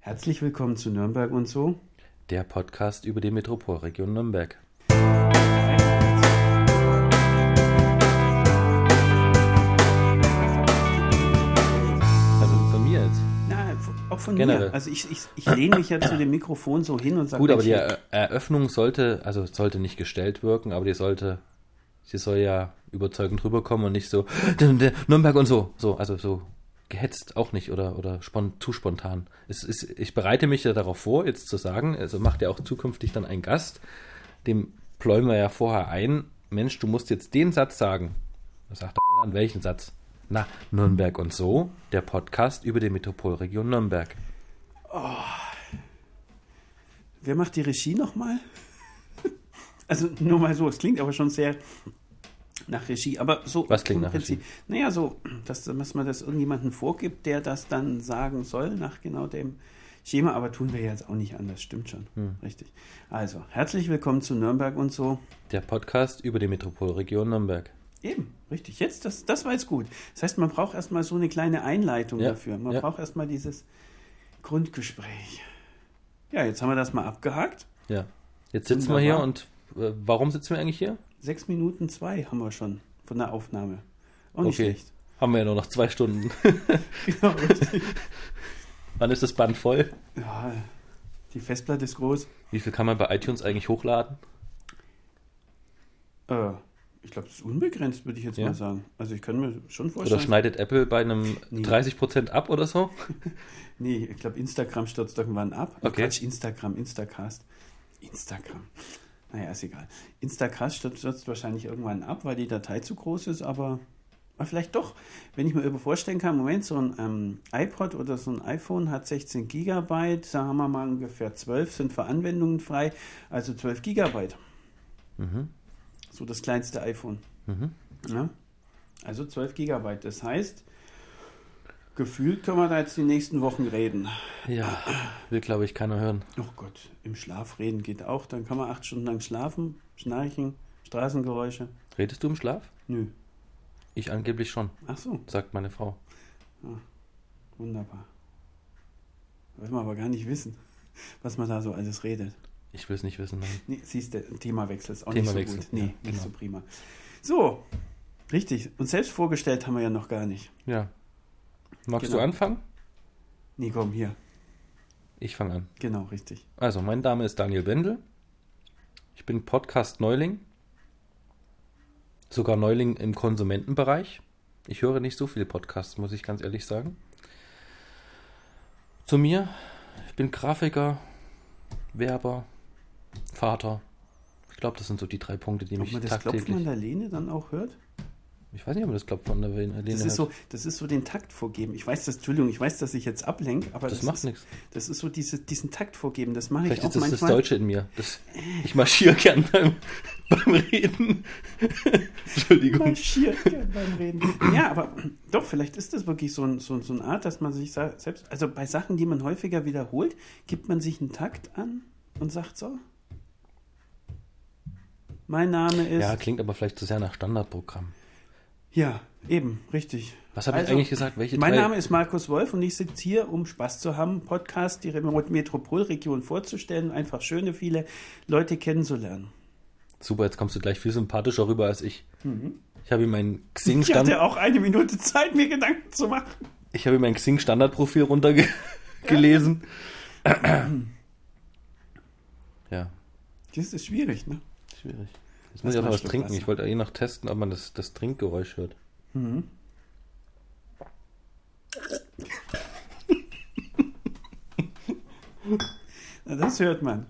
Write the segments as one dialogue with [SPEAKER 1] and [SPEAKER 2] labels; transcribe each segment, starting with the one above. [SPEAKER 1] Herzlich willkommen zu Nürnberg und so.
[SPEAKER 2] Der Podcast über die Metropolregion Nürnberg. Also von mir jetzt.
[SPEAKER 1] Na, auch von
[SPEAKER 2] Generell.
[SPEAKER 1] mir. Also ich, ich, ich lehne mich ja zu dem Mikrofon so hin und sage,
[SPEAKER 2] Gut, aber die Er- Eröffnung sollte, also sollte nicht gestellt wirken, aber die sollte, sie soll ja überzeugend rüberkommen und nicht so Nürnberg und so, so, also so gehetzt auch nicht oder oder spon zu spontan. Es ist, ich bereite mich ja darauf vor, jetzt zu sagen, also macht ja auch zukünftig dann ein Gast, dem pläuen wir ja vorher ein, Mensch, du musst jetzt den Satz sagen. Da sagt er, an welchen Satz? Na, Nürnberg und so, der Podcast über die Metropolregion Nürnberg.
[SPEAKER 1] wer macht die Regie nochmal? Also nur mal so, es klingt aber schon sehr nach Regie. Aber so
[SPEAKER 2] Was klingt
[SPEAKER 1] im
[SPEAKER 2] nach
[SPEAKER 1] Prinzip- Naja, so, dass, dass man das irgendjemanden vorgibt, der das dann sagen soll, nach genau dem Schema. Aber tun wir jetzt auch nicht anders, stimmt schon.
[SPEAKER 2] Hm.
[SPEAKER 1] Richtig. Also, herzlich willkommen zu Nürnberg und so.
[SPEAKER 2] Der Podcast über die Metropolregion Nürnberg.
[SPEAKER 1] Eben, richtig. Jetzt, das, das war jetzt gut. Das heißt, man braucht erstmal so eine kleine Einleitung
[SPEAKER 2] Ja,
[SPEAKER 1] dafür. Man
[SPEAKER 2] ja.
[SPEAKER 1] braucht erstmal dieses Grundgespräch. Ja, jetzt haben wir das mal abgehakt.
[SPEAKER 2] Ja. Jetzt sitzen
[SPEAKER 1] Wunderbar.
[SPEAKER 2] wir hier und äh, warum sitzen wir eigentlich hier?
[SPEAKER 1] Sechs Minuten zwei haben wir schon von der Aufnahme. Auch nicht
[SPEAKER 2] Okay.
[SPEAKER 1] schlecht.
[SPEAKER 2] Haben wir ja nur noch zwei Stunden.
[SPEAKER 1] Genau, richtig.
[SPEAKER 2] Wann ist das Band voll?
[SPEAKER 1] ja, die Festplatte ist groß.
[SPEAKER 2] Wie viel kann man bei iTunes eigentlich hochladen?
[SPEAKER 1] Äh, ich glaube, das ist unbegrenzt, würde ich jetzt
[SPEAKER 2] Ja.
[SPEAKER 1] mal sagen. Also ich kann mir schon
[SPEAKER 2] Oder
[SPEAKER 1] vorstellen.
[SPEAKER 2] schneidet Apple bei einem
[SPEAKER 1] Nee.
[SPEAKER 2] 30% ab oder so?
[SPEAKER 1] nee, ich glaube, Instagram stürzt irgendwann ab.
[SPEAKER 2] Okay.
[SPEAKER 1] Quatsch, Instagram, Instacast. Instagram. Naja, ist egal. Instacast stürzt, stürzt wahrscheinlich irgendwann ab, weil die Datei zu groß ist, aber, aber vielleicht doch. Wenn ich mir über vorstellen kann, Moment, so ein ähm, iPod oder so ein iPhone hat 16 Gigabyte, da haben wir mal ungefähr 12 sind für Anwendungen frei, also 12 Gigabyte. So das kleinste iPhone. Ja? Also 12 Gigabyte. Das heißt, gefühlt können wir da jetzt die nächsten Wochen reden.
[SPEAKER 2] Ja, will glaube ich keiner hören.
[SPEAKER 1] Oh Gott, im Schlaf reden geht auch. Dann kann man acht Stunden lang schlafen, schnarchen, Straßengeräusche.
[SPEAKER 2] Redest du im Schlaf?
[SPEAKER 1] Nö.
[SPEAKER 2] Ich angeblich schon,
[SPEAKER 1] Ach so,
[SPEAKER 2] sagt meine Frau.
[SPEAKER 1] wunderbar. Will man aber gar nicht wissen, was man da so alles redet.
[SPEAKER 2] Ich will es nicht wissen. Nein.
[SPEAKER 1] Nee, siehst du, Themawechsel ist auch nicht so
[SPEAKER 2] Themawechsel,
[SPEAKER 1] gut. Nee,
[SPEAKER 2] ja,
[SPEAKER 1] nicht
[SPEAKER 2] genau.
[SPEAKER 1] so prima. So, richtig. Uns selbst vorgestellt haben wir ja noch gar nicht.
[SPEAKER 2] Ja. Magst
[SPEAKER 1] Genau.
[SPEAKER 2] du anfangen?
[SPEAKER 1] Nee, komm, hier.
[SPEAKER 2] Ich fange an.
[SPEAKER 1] Genau, richtig.
[SPEAKER 2] Also, mein Name ist Daniel Bendel. Ich bin Podcast-Neuling. Sogar Neuling im Konsumentenbereich. Ich höre nicht so viele Podcasts, muss ich ganz ehrlich sagen. Zu mir. Ich bin Grafiker, Werber, Vater. Ich glaube, das sind so die drei Punkte, die
[SPEAKER 1] Ob
[SPEAKER 2] mich
[SPEAKER 1] man das Klopfen an
[SPEAKER 2] tagtäglich.
[SPEAKER 1] der Lehne dann auch hört?
[SPEAKER 2] Ich weiß nicht, ob man das Klopfen an der Lehne
[SPEAKER 1] Das
[SPEAKER 2] hört.
[SPEAKER 1] ist, so, das ist so den Takt vorgeben. Ich weiß das, Entschuldigung, ich weiß, dass ich jetzt ablenke, aber
[SPEAKER 2] Das macht
[SPEAKER 1] ist-
[SPEAKER 2] nichts.
[SPEAKER 1] Das ist so diese, diesen Takt vorgeben. Das mache
[SPEAKER 2] Vielleicht
[SPEAKER 1] ich auch
[SPEAKER 2] ist das das
[SPEAKER 1] manchmal.
[SPEAKER 2] Deutsche in mir. Das, ich marschiere gern beim, beim Reden. Entschuldigung.
[SPEAKER 1] Marschiert gern beim Reden. Ja, aber doch, vielleicht ist das wirklich so, ein, so, so eine Art, dass man sich sa- selbst, also bei Sachen, die man häufiger wiederholt, gibt man sich einen Takt an und sagt so, mein Name ist,
[SPEAKER 2] Ja,
[SPEAKER 1] ja,
[SPEAKER 2] klingt aber vielleicht zu sehr nach Standardprogramm.
[SPEAKER 1] eben, richtig.
[SPEAKER 2] Was habe ich
[SPEAKER 1] Also,
[SPEAKER 2] eigentlich gesagt? Welche
[SPEAKER 1] Mein
[SPEAKER 2] drei?
[SPEAKER 1] Name ist Markus Wolf und ich sitze hier, um Spaß zu haben, Podcast die Metropolregion vorzustellen, einfach schöne viele Leute kennenzulernen.
[SPEAKER 2] Super, jetzt kommst du gleich viel sympathischer rüber als ich.
[SPEAKER 1] Mhm.
[SPEAKER 2] Ich habe ihm
[SPEAKER 1] Ich
[SPEAKER 2] mein
[SPEAKER 1] hatte
[SPEAKER 2] Xing-Standardprofil
[SPEAKER 1] auch eine Minute Zeit, mir Gedanken zu machen.
[SPEAKER 2] Xing Standardprofil runtergelesen. ja,
[SPEAKER 1] Das ist schwierig, ne?
[SPEAKER 2] schwierig. Jetzt
[SPEAKER 1] Lass
[SPEAKER 2] muss ich auch
[SPEAKER 1] mal
[SPEAKER 2] noch
[SPEAKER 1] ein
[SPEAKER 2] was
[SPEAKER 1] Stück
[SPEAKER 2] trinken.
[SPEAKER 1] Wasser.
[SPEAKER 2] Ich wollte eh noch testen, ob man das, das Trinkgeräusch hört.
[SPEAKER 1] Na, das hört man.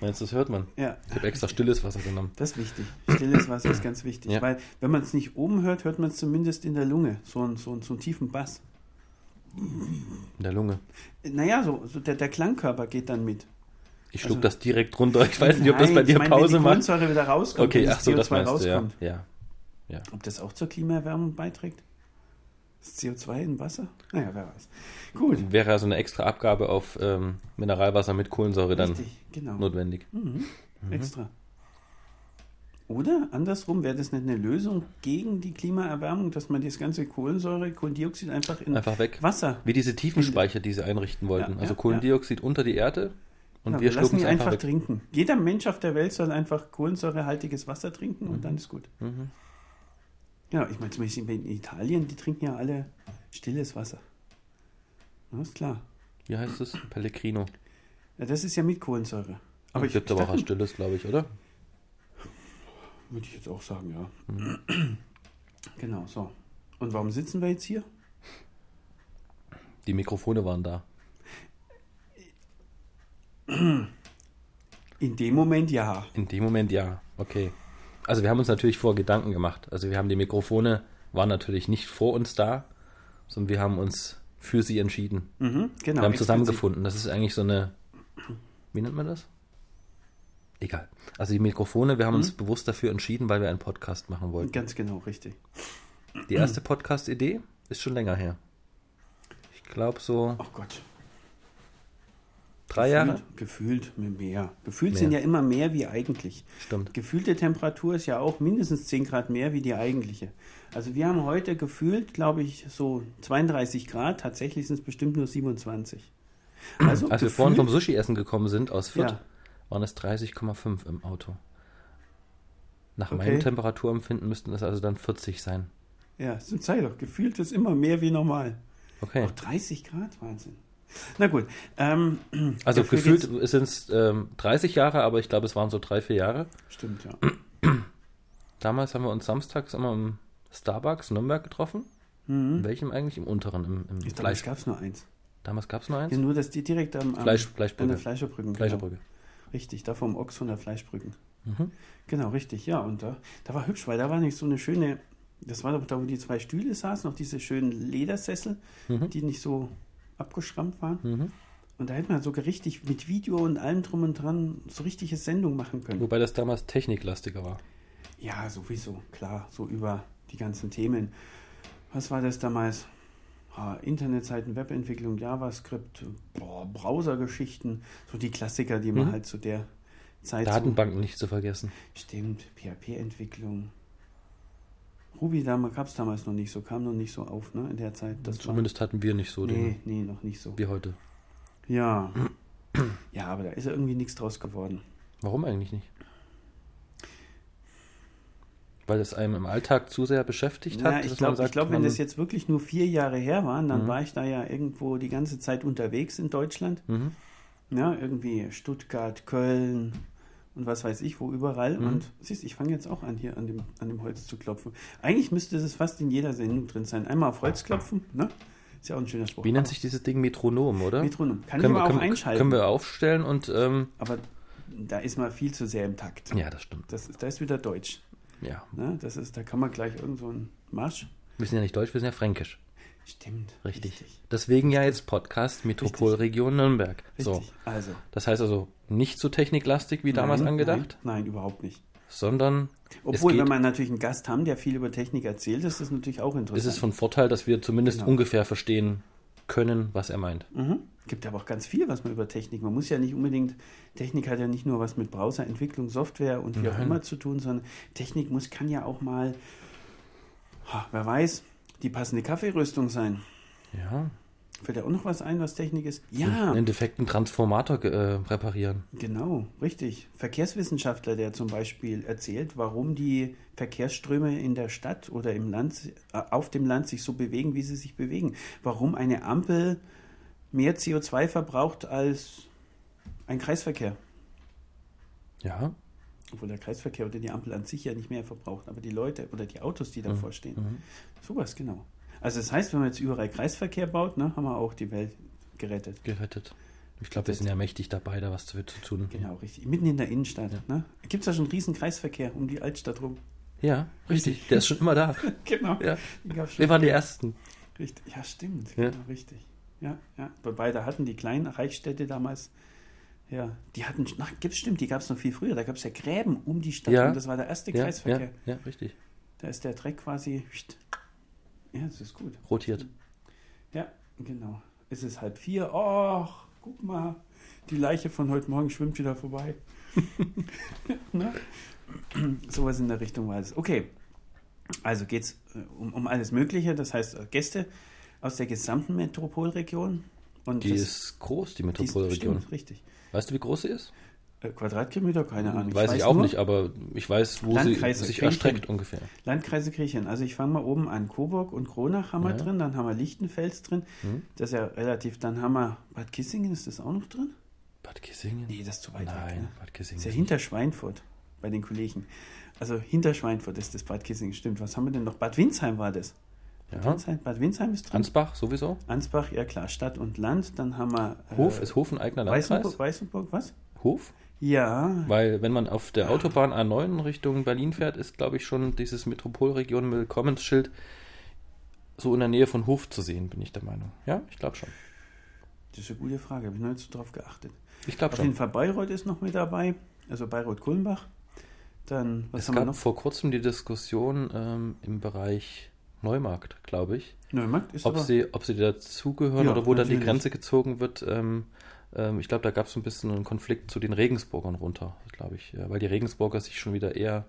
[SPEAKER 2] Meinst du, das hört man?
[SPEAKER 1] Ja,
[SPEAKER 2] Ich habe extra stilles Wasser genommen.
[SPEAKER 1] das ist wichtig. Stilles Wasser ist ganz wichtig.
[SPEAKER 2] Ja.
[SPEAKER 1] Weil, wenn man es nicht oben hört, hört man es zumindest in der Lunge. So einen so einen- so einen tiefen Bass.
[SPEAKER 2] In der Lunge.
[SPEAKER 1] Naja, so, so der, der Klangkörper geht dann mit.
[SPEAKER 2] Ich schlug
[SPEAKER 1] Also-
[SPEAKER 2] das direkt runter. Ich weiß nicht, ob das bei
[SPEAKER 1] Nein,
[SPEAKER 2] dir
[SPEAKER 1] ich meine,
[SPEAKER 2] Pause
[SPEAKER 1] wenn die
[SPEAKER 2] macht.
[SPEAKER 1] Kohlensäure wieder rauskommt.
[SPEAKER 2] Okay,
[SPEAKER 1] wenn
[SPEAKER 2] ach so, das
[SPEAKER 1] CO2
[SPEAKER 2] meinst du, ja.
[SPEAKER 1] rauskommt.
[SPEAKER 2] ja.
[SPEAKER 1] Ob das auch zur Klimaerwärmung beiträgt? Das CO2 im Wasser? Naja, wer weiß. Gut,
[SPEAKER 2] Wäre also eine extra Abgabe auf ähm, Mineralwasser mit Kohlensäure dann
[SPEAKER 1] Mhm.
[SPEAKER 2] Mhm.
[SPEAKER 1] richtig, genau.
[SPEAKER 2] notwendig.
[SPEAKER 1] Extra. Oder andersrum, wäre das nicht eine Lösung gegen die Klimaerwärmung, dass man das ganze Kohlensäure, Kohlendioxid einfach in
[SPEAKER 2] Einfach weg.
[SPEAKER 1] Wasser.
[SPEAKER 2] Wie diese Tiefenspeicher, die sie einrichten wollten.
[SPEAKER 1] Mhm. Ja,
[SPEAKER 2] also
[SPEAKER 1] ja,
[SPEAKER 2] Kohlendioxid unter die Erde und
[SPEAKER 1] Ja,
[SPEAKER 2] wir
[SPEAKER 1] lassen
[SPEAKER 2] schlucken es
[SPEAKER 1] die
[SPEAKER 2] einfach
[SPEAKER 1] einfach
[SPEAKER 2] weg.
[SPEAKER 1] trinken. Jeder Mensch auf der Welt soll einfach kohlensäurehaltiges Wasser trinken
[SPEAKER 2] Mhm.
[SPEAKER 1] und dann ist gut. Ja, ich meine, zum Beispiel in Italien, die trinken ja alle stilles Wasser. Ja, ist klar.
[SPEAKER 2] Wie heißt es? Pellegrino.
[SPEAKER 1] Ja, das ist ja mit Kohlensäure.
[SPEAKER 2] Aber gibt aber auch was Stilles, glaube ich, oder?
[SPEAKER 1] Würde ich jetzt auch sagen, ja.
[SPEAKER 2] Mhm.
[SPEAKER 1] Genau, so. Und warum sitzen wir jetzt hier?
[SPEAKER 2] Die Mikrofone waren da.
[SPEAKER 1] In dem Moment ja.
[SPEAKER 2] In dem Moment ja, okay. Also wir haben uns natürlich vor Gedanken gemacht. Also wir haben die Mikrofone, waren natürlich nicht vor uns da, sondern wir haben uns für sie entschieden.
[SPEAKER 1] Mhm, genau.
[SPEAKER 2] wir haben
[SPEAKER 1] explizit.
[SPEAKER 2] zusammengefunden. Das ist eigentlich so eine, wie nennt man das? Egal. Also die Mikrofone, wir haben
[SPEAKER 1] Mhm.
[SPEAKER 2] uns bewusst dafür entschieden, weil wir einen Podcast machen wollten.
[SPEAKER 1] Ganz genau, richtig. Mhm.
[SPEAKER 2] Die erste Podcast-Idee ist schon länger her. Ich glaube so
[SPEAKER 1] Oh Gott.
[SPEAKER 2] drei Jahre.
[SPEAKER 1] Gefühlt, gefühlt mit mehr. Gefühlt sind
[SPEAKER 2] Mehr.
[SPEAKER 1] ja immer mehr wie eigentlich.
[SPEAKER 2] Stimmt.
[SPEAKER 1] Gefühlte Temperatur ist ja auch mindestens 10 Grad mehr wie die eigentliche. Also wir haben heute gefühlt, glaube ich, so 32 Grad. Tatsächlich sind es bestimmt nur 27. Also
[SPEAKER 2] Als wir
[SPEAKER 1] gefühlt-
[SPEAKER 2] vorhin vom Sushi essen gekommen sind aus Fürth,
[SPEAKER 1] Ja.
[SPEAKER 2] waren es 30,5 im Auto. Nach
[SPEAKER 1] Okay.
[SPEAKER 2] meinem Temperaturempfinden müssten es also dann 40 sein.
[SPEAKER 1] Ja, so sei doch. Gefühlt ist immer mehr wie normal.
[SPEAKER 2] Okay.
[SPEAKER 1] Auch 30 Grad, Wahnsinn. Na gut. Ähm,
[SPEAKER 2] Also
[SPEAKER 1] gefühlt
[SPEAKER 2] gefühlt
[SPEAKER 1] jetzt-
[SPEAKER 2] sind es ähm, 30 Jahre, aber ich glaube, es waren so drei, vier Jahre.
[SPEAKER 1] Stimmt, ja.
[SPEAKER 2] Damals haben wir uns samstags immer im Starbucks Nürnberg getroffen.
[SPEAKER 1] Mhm.
[SPEAKER 2] In welchem eigentlich? Im unteren, im, im
[SPEAKER 1] Ich glaube, es
[SPEAKER 2] Fleisch.
[SPEAKER 1] gab nur eins.
[SPEAKER 2] Damals gab es nur eins.
[SPEAKER 1] Ja, nur, dass die direkt am, am
[SPEAKER 2] Fleisch-
[SPEAKER 1] an
[SPEAKER 2] Fleischbrücke.
[SPEAKER 1] der Fleischerbrücken.
[SPEAKER 2] Fleischerbrücke.
[SPEAKER 1] Genau. Richtig, da vom Ochs von der Fleischbrücken.
[SPEAKER 2] Mhm.
[SPEAKER 1] Genau, richtig, ja. Und da, da war hübsch, weil da war nicht so eine schöne, das war doch da, wo die zwei Stühle saßen, noch diese schönen Ledersessel,
[SPEAKER 2] Mhm.
[SPEAKER 1] die nicht so abgeschrammt waren. Und da hätte man sogar richtig mit Video und allem drum und dran so richtige Sendung machen können.
[SPEAKER 2] Wobei das damals techniklastiger war.
[SPEAKER 1] Ja, sowieso, klar, so über die ganzen Themen. Was war das damals? Ah, Internetseiten, Webentwicklung, JavaScript, boah, Browsergeschichten, so die Klassiker, die man
[SPEAKER 2] Mhm.
[SPEAKER 1] halt zu der Zeit
[SPEAKER 2] Datenbanken nicht zu vergessen.
[SPEAKER 1] so. Stimmt, PHP-Entwicklung. Ruby damals gab es damals noch nicht so, kam noch nicht so auf, ne, in der Zeit. Das
[SPEAKER 2] Zumindest hatten wir nicht so
[SPEAKER 1] war,
[SPEAKER 2] Dinge
[SPEAKER 1] nee, nee, noch nicht so.
[SPEAKER 2] wie heute.
[SPEAKER 1] Ja. Ja, aber da ist ja irgendwie nichts draus geworden.
[SPEAKER 2] Warum eigentlich nicht? Weil es einem im Alltag zu sehr beschäftigt
[SPEAKER 1] Ja,
[SPEAKER 2] hat.
[SPEAKER 1] ich
[SPEAKER 2] dass man
[SPEAKER 1] glaube,
[SPEAKER 2] sagt,
[SPEAKER 1] glaub, wenn
[SPEAKER 2] man- Mhm.
[SPEAKER 1] das jetzt wirklich nur vier Jahre her waren, dann war ich da ja irgendwo die ganze Zeit unterwegs in Deutschland.
[SPEAKER 2] Mhm.
[SPEAKER 1] Ja, irgendwie Stuttgart, Köln und was weiß ich wo überall.
[SPEAKER 2] Mhm.
[SPEAKER 1] Und siehst, ich fange jetzt auch an, hier an dem, an dem Holz zu klopfen. Eigentlich müsste es fast in jeder Sendung drin sein. Einmal auf Holz klopfen, ne? Ist ja auch ein schöner Spruch.
[SPEAKER 2] Wie nennt sich dieses Ding Metronom, oder?
[SPEAKER 1] Metronom. Kann
[SPEAKER 2] können,
[SPEAKER 1] ich
[SPEAKER 2] wir,
[SPEAKER 1] mal auch
[SPEAKER 2] können,
[SPEAKER 1] einschalten.
[SPEAKER 2] können wir aufstellen und ähm,
[SPEAKER 1] Aber da ist man viel zu sehr im Takt.
[SPEAKER 2] ja, das stimmt.
[SPEAKER 1] Das, ist- da ist wieder Deutsch.
[SPEAKER 2] Ja,
[SPEAKER 1] Ne? Das ist, da kann man gleich irgend so einen Marsch.
[SPEAKER 2] wir sind ja nicht Deutsch, wir sind ja Fränkisch,
[SPEAKER 1] Stimmt.
[SPEAKER 2] richtig. Deswegen ja jetzt Podcast Metropolregion Nürnberg. So,
[SPEAKER 1] Richtig. Also.
[SPEAKER 2] das heißt also nicht so techniklastig wie damals
[SPEAKER 1] Nein,
[SPEAKER 2] angedacht,
[SPEAKER 1] Nein, nein, überhaupt nicht.
[SPEAKER 2] sondern
[SPEAKER 1] Obwohl,
[SPEAKER 2] es geht,
[SPEAKER 1] wenn wir natürlich einen Gast haben, der viel über Technik erzählt, ist das natürlich auch interessant.
[SPEAKER 2] ist es von Vorteil, dass wir zumindest
[SPEAKER 1] Genau.
[SPEAKER 2] ungefähr verstehen können, was er meint.
[SPEAKER 1] mhm. Gibt aber auch ganz viel, was man über Technik. Man muss ja nicht unbedingt, Technik hat ja nicht nur was mit Browserentwicklung, Software und wie auch
[SPEAKER 2] Nein.
[SPEAKER 1] immer zu tun, sondern Technik muss, kann ja auch mal, ha, wer weiß, die passende Kaffeerüstung sein.
[SPEAKER 2] Ja,
[SPEAKER 1] Fällt ja auch noch was ein, was Technik ist? Ja,
[SPEAKER 2] einen defekten Transformator ge- äh, reparieren.
[SPEAKER 1] genau, richtig. Verkehrswissenschaftler, der zum Beispiel erzählt, warum die Verkehrsströme in der Stadt oder im Land, äh, auf dem Land sich so bewegen, wie sie sich bewegen. Warum eine Ampel mehr CO2 verbraucht als ein Kreisverkehr.
[SPEAKER 2] Ja,
[SPEAKER 1] Obwohl der Kreisverkehr oder die Ampel an sich ja nicht mehr verbraucht, aber die Leute oder die Autos, die davor stehen. Sowas, genau. Also das heißt, wenn man jetzt überall Kreisverkehr baut, ne, haben wir auch die Welt gerettet.
[SPEAKER 2] gerettet. Ich glaube, wir sind ja mächtig dabei, da was zu, zu tun.
[SPEAKER 1] Genau, richtig. Mitten in der Innenstadt. Ne? Gibt es da schon einen riesen Kreisverkehr um die Altstadt rum?
[SPEAKER 2] Ja, richtig. Der ist schon immer da.
[SPEAKER 1] Genau.
[SPEAKER 2] Ja.
[SPEAKER 1] Den gab's schon.
[SPEAKER 2] Wir waren die Ersten.
[SPEAKER 1] Richtig. Ja, stimmt.
[SPEAKER 2] Ja.
[SPEAKER 1] Genau, richtig. Ja, ja. Wobei, da hatten die kleinen Reichsstädte damals, ja, die hatten, ach, gibt's, stimmt, die gab es noch viel früher. Da gab es ja Gräben um die Stadt.
[SPEAKER 2] Ja.
[SPEAKER 1] Und das war der erste
[SPEAKER 2] Ja, ja,
[SPEAKER 1] Kreisverkehr.
[SPEAKER 2] ja, richtig.
[SPEAKER 1] Da ist der Dreck quasi, pst. ja, das ist gut.
[SPEAKER 2] Rotiert.
[SPEAKER 1] Ja, genau. Es ist halb vier. Och, guck mal. die Leiche von heute Morgen schwimmt wieder vorbei. ne? Sowas in der Richtung war es. Okay, also geht es um, um alles Mögliche, das heißt äh, Gäste aus der gesamten Metropolregion. Und
[SPEAKER 2] Die
[SPEAKER 1] das,
[SPEAKER 2] ist groß, die
[SPEAKER 1] die ist-
[SPEAKER 2] Metropolregion.
[SPEAKER 1] Stimmt, richtig.
[SPEAKER 2] Weißt du, wie groß sie ist?
[SPEAKER 1] Äh, Quadratkilometer, keine Ahnung.
[SPEAKER 2] Hm, weiß ich,
[SPEAKER 1] weiß
[SPEAKER 2] auch
[SPEAKER 1] nur,
[SPEAKER 2] nicht, aber ich weiß, wo
[SPEAKER 1] Landkreise,
[SPEAKER 2] sie sich
[SPEAKER 1] Kirchen.
[SPEAKER 2] erstreckt ungefähr.
[SPEAKER 1] Landkreise Griechen. Also ich fange mal oben an. Coburg und Kronach haben wir
[SPEAKER 2] Ja.
[SPEAKER 1] drin, dann haben wir Lichtenfels drin.
[SPEAKER 2] Hm?
[SPEAKER 1] Das ist ja relativ, dann haben wir Bad Kissingen, ist das auch noch drin?
[SPEAKER 2] Bad Kissingen?
[SPEAKER 1] Nee, das ist zu weit weg.
[SPEAKER 2] Nein,
[SPEAKER 1] Ne?
[SPEAKER 2] Bad
[SPEAKER 1] Das
[SPEAKER 2] Kissingen.
[SPEAKER 1] ist ja
[SPEAKER 2] ist
[SPEAKER 1] hinter Schweinfurt bei den Kollegen. Also hinter Schweinfurt ist das Bad Kissingen, stimmt. Was haben wir denn noch? Bad Winsheim war das. Bad,
[SPEAKER 2] Ja.
[SPEAKER 1] Winsheim, Bad Winsheim ist
[SPEAKER 2] nicht.
[SPEAKER 1] drin.
[SPEAKER 2] Ansbach sowieso.
[SPEAKER 1] Ansbach, ja klar, Stadt und Land. Dann haben wir äh,
[SPEAKER 2] Hof ist Hof ein eigener
[SPEAKER 1] Weißenburg,
[SPEAKER 2] Landkreis.
[SPEAKER 1] Weißenburg, was?
[SPEAKER 2] Hof?
[SPEAKER 1] Ja,
[SPEAKER 2] Weil wenn man auf der Autobahn A9 Richtung Berlin fährt, ist, glaube ich, schon dieses Metropolregion Willkommensschild so in der Nähe von Hof zu sehen, bin ich der Meinung. Ja, ich glaube schon.
[SPEAKER 1] das ist eine gute Frage, habe ich noch nicht so drauf geachtet.
[SPEAKER 2] Ich glaube
[SPEAKER 1] Auf jeden
[SPEAKER 2] schon.
[SPEAKER 1] Fall Bayreuth ist noch mit dabei, also Bayreuth-Kulmbach. Dann, was
[SPEAKER 2] Es
[SPEAKER 1] haben wir
[SPEAKER 2] gab
[SPEAKER 1] noch?
[SPEAKER 2] vor kurzem die Diskussion ähm, im Bereich Neumarkt, glaube ich,
[SPEAKER 1] Neumarkt ist
[SPEAKER 2] ob
[SPEAKER 1] aber,
[SPEAKER 2] sie, ob sie dazugehören
[SPEAKER 1] Ja,
[SPEAKER 2] oder wo dann die
[SPEAKER 1] natürlich.
[SPEAKER 2] Grenze gezogen wird. Ähm, ähm, ich glaube, da gab es ein bisschen einen Konflikt zu den Regensburgern runter, glaube ich, ja, weil die Regensburger sich schon wieder eher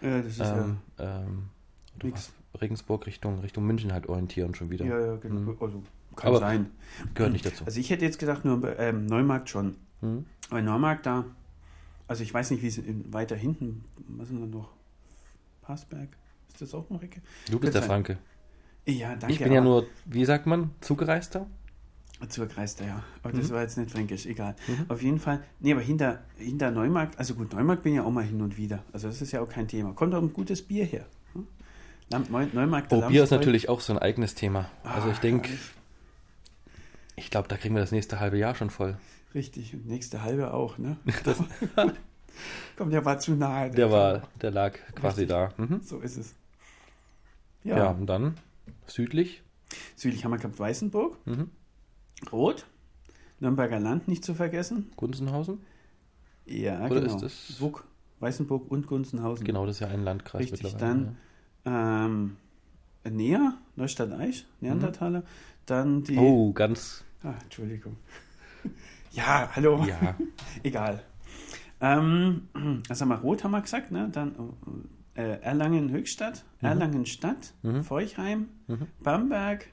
[SPEAKER 1] äh, das ist
[SPEAKER 2] ähm, ähm, oder
[SPEAKER 1] nix.
[SPEAKER 2] was, Regensburg Richtung, Richtung München halt orientieren schon wieder.
[SPEAKER 1] ja, ja, ja, genau.
[SPEAKER 2] Mhm.
[SPEAKER 1] Also, kann
[SPEAKER 2] Aber-
[SPEAKER 1] sein.
[SPEAKER 2] Gehört nicht dazu.
[SPEAKER 1] Also ich hätte jetzt gedacht, nur ähm, Neumarkt schon.
[SPEAKER 2] Hm?
[SPEAKER 1] Bei Neumarkt da, also ich weiß nicht, wie es in, weiter hinten, was sind wir noch? Passberg? Ist das auch noch Ecke?
[SPEAKER 2] Du
[SPEAKER 1] Kann
[SPEAKER 2] bist der
[SPEAKER 1] sein.
[SPEAKER 2] Franke.
[SPEAKER 1] Ja, danke.
[SPEAKER 2] ich bin ja
[SPEAKER 1] aber-
[SPEAKER 2] nur, wie sagt man, Zugereister?
[SPEAKER 1] Zur Kreister, ja. Aber das
[SPEAKER 2] Mhm.
[SPEAKER 1] war jetzt nicht fränkisch, egal.
[SPEAKER 2] Mhm.
[SPEAKER 1] Auf jeden Fall, nee, aber hinter, hinter Neumarkt, also gut, Neumarkt bin ich ja auch mal hin und wieder. Also das ist ja auch kein Thema. Kommt auch ein gutes Bier her. Hm? Lam- Neu- Neumarkt, der
[SPEAKER 2] Oh, Bier ist
[SPEAKER 1] Lamsbräu.
[SPEAKER 2] natürlich auch so ein eigenes Thema. Also ich
[SPEAKER 1] Ah,
[SPEAKER 2] denke, ich glaube, da kriegen wir das nächste halbe Jahr schon voll.
[SPEAKER 1] Richtig, und nächste halbe auch, ne? Komm, der war zu nahe.
[SPEAKER 2] Der war, der lag quasi da. Mhm.
[SPEAKER 1] So ist es.
[SPEAKER 2] Ja.
[SPEAKER 1] Ja,
[SPEAKER 2] und dann südlich.
[SPEAKER 1] südlich haben wir gehabt Weißenburg,
[SPEAKER 2] Mhm.
[SPEAKER 1] Rot, Nürnberger Land nicht zu vergessen.
[SPEAKER 2] Gunzenhausen.
[SPEAKER 1] Ja,
[SPEAKER 2] Oder
[SPEAKER 1] genau.
[SPEAKER 2] ist das-
[SPEAKER 1] Wuck, Weißenburg und Gunzenhausen.
[SPEAKER 2] Genau, das ist ja ein Landkreis
[SPEAKER 1] Richtig,
[SPEAKER 2] mittlerweile.
[SPEAKER 1] dann Ähm, Näher, Neustadt-Eich, Neandertaler. Dann die.
[SPEAKER 2] ja. Mhm. Oh, ganz,
[SPEAKER 1] Ah, Entschuldigung. Ja, hallo.
[SPEAKER 2] ja.
[SPEAKER 1] Egal. Ähm, also haben wir Rot, haben wir gesagt, ne? Dann äh, Erlangen-Höchstadt, Erlangen-Stadt,
[SPEAKER 2] Mhm.
[SPEAKER 1] Feuchheim,
[SPEAKER 2] Mhm.
[SPEAKER 1] Bamberg.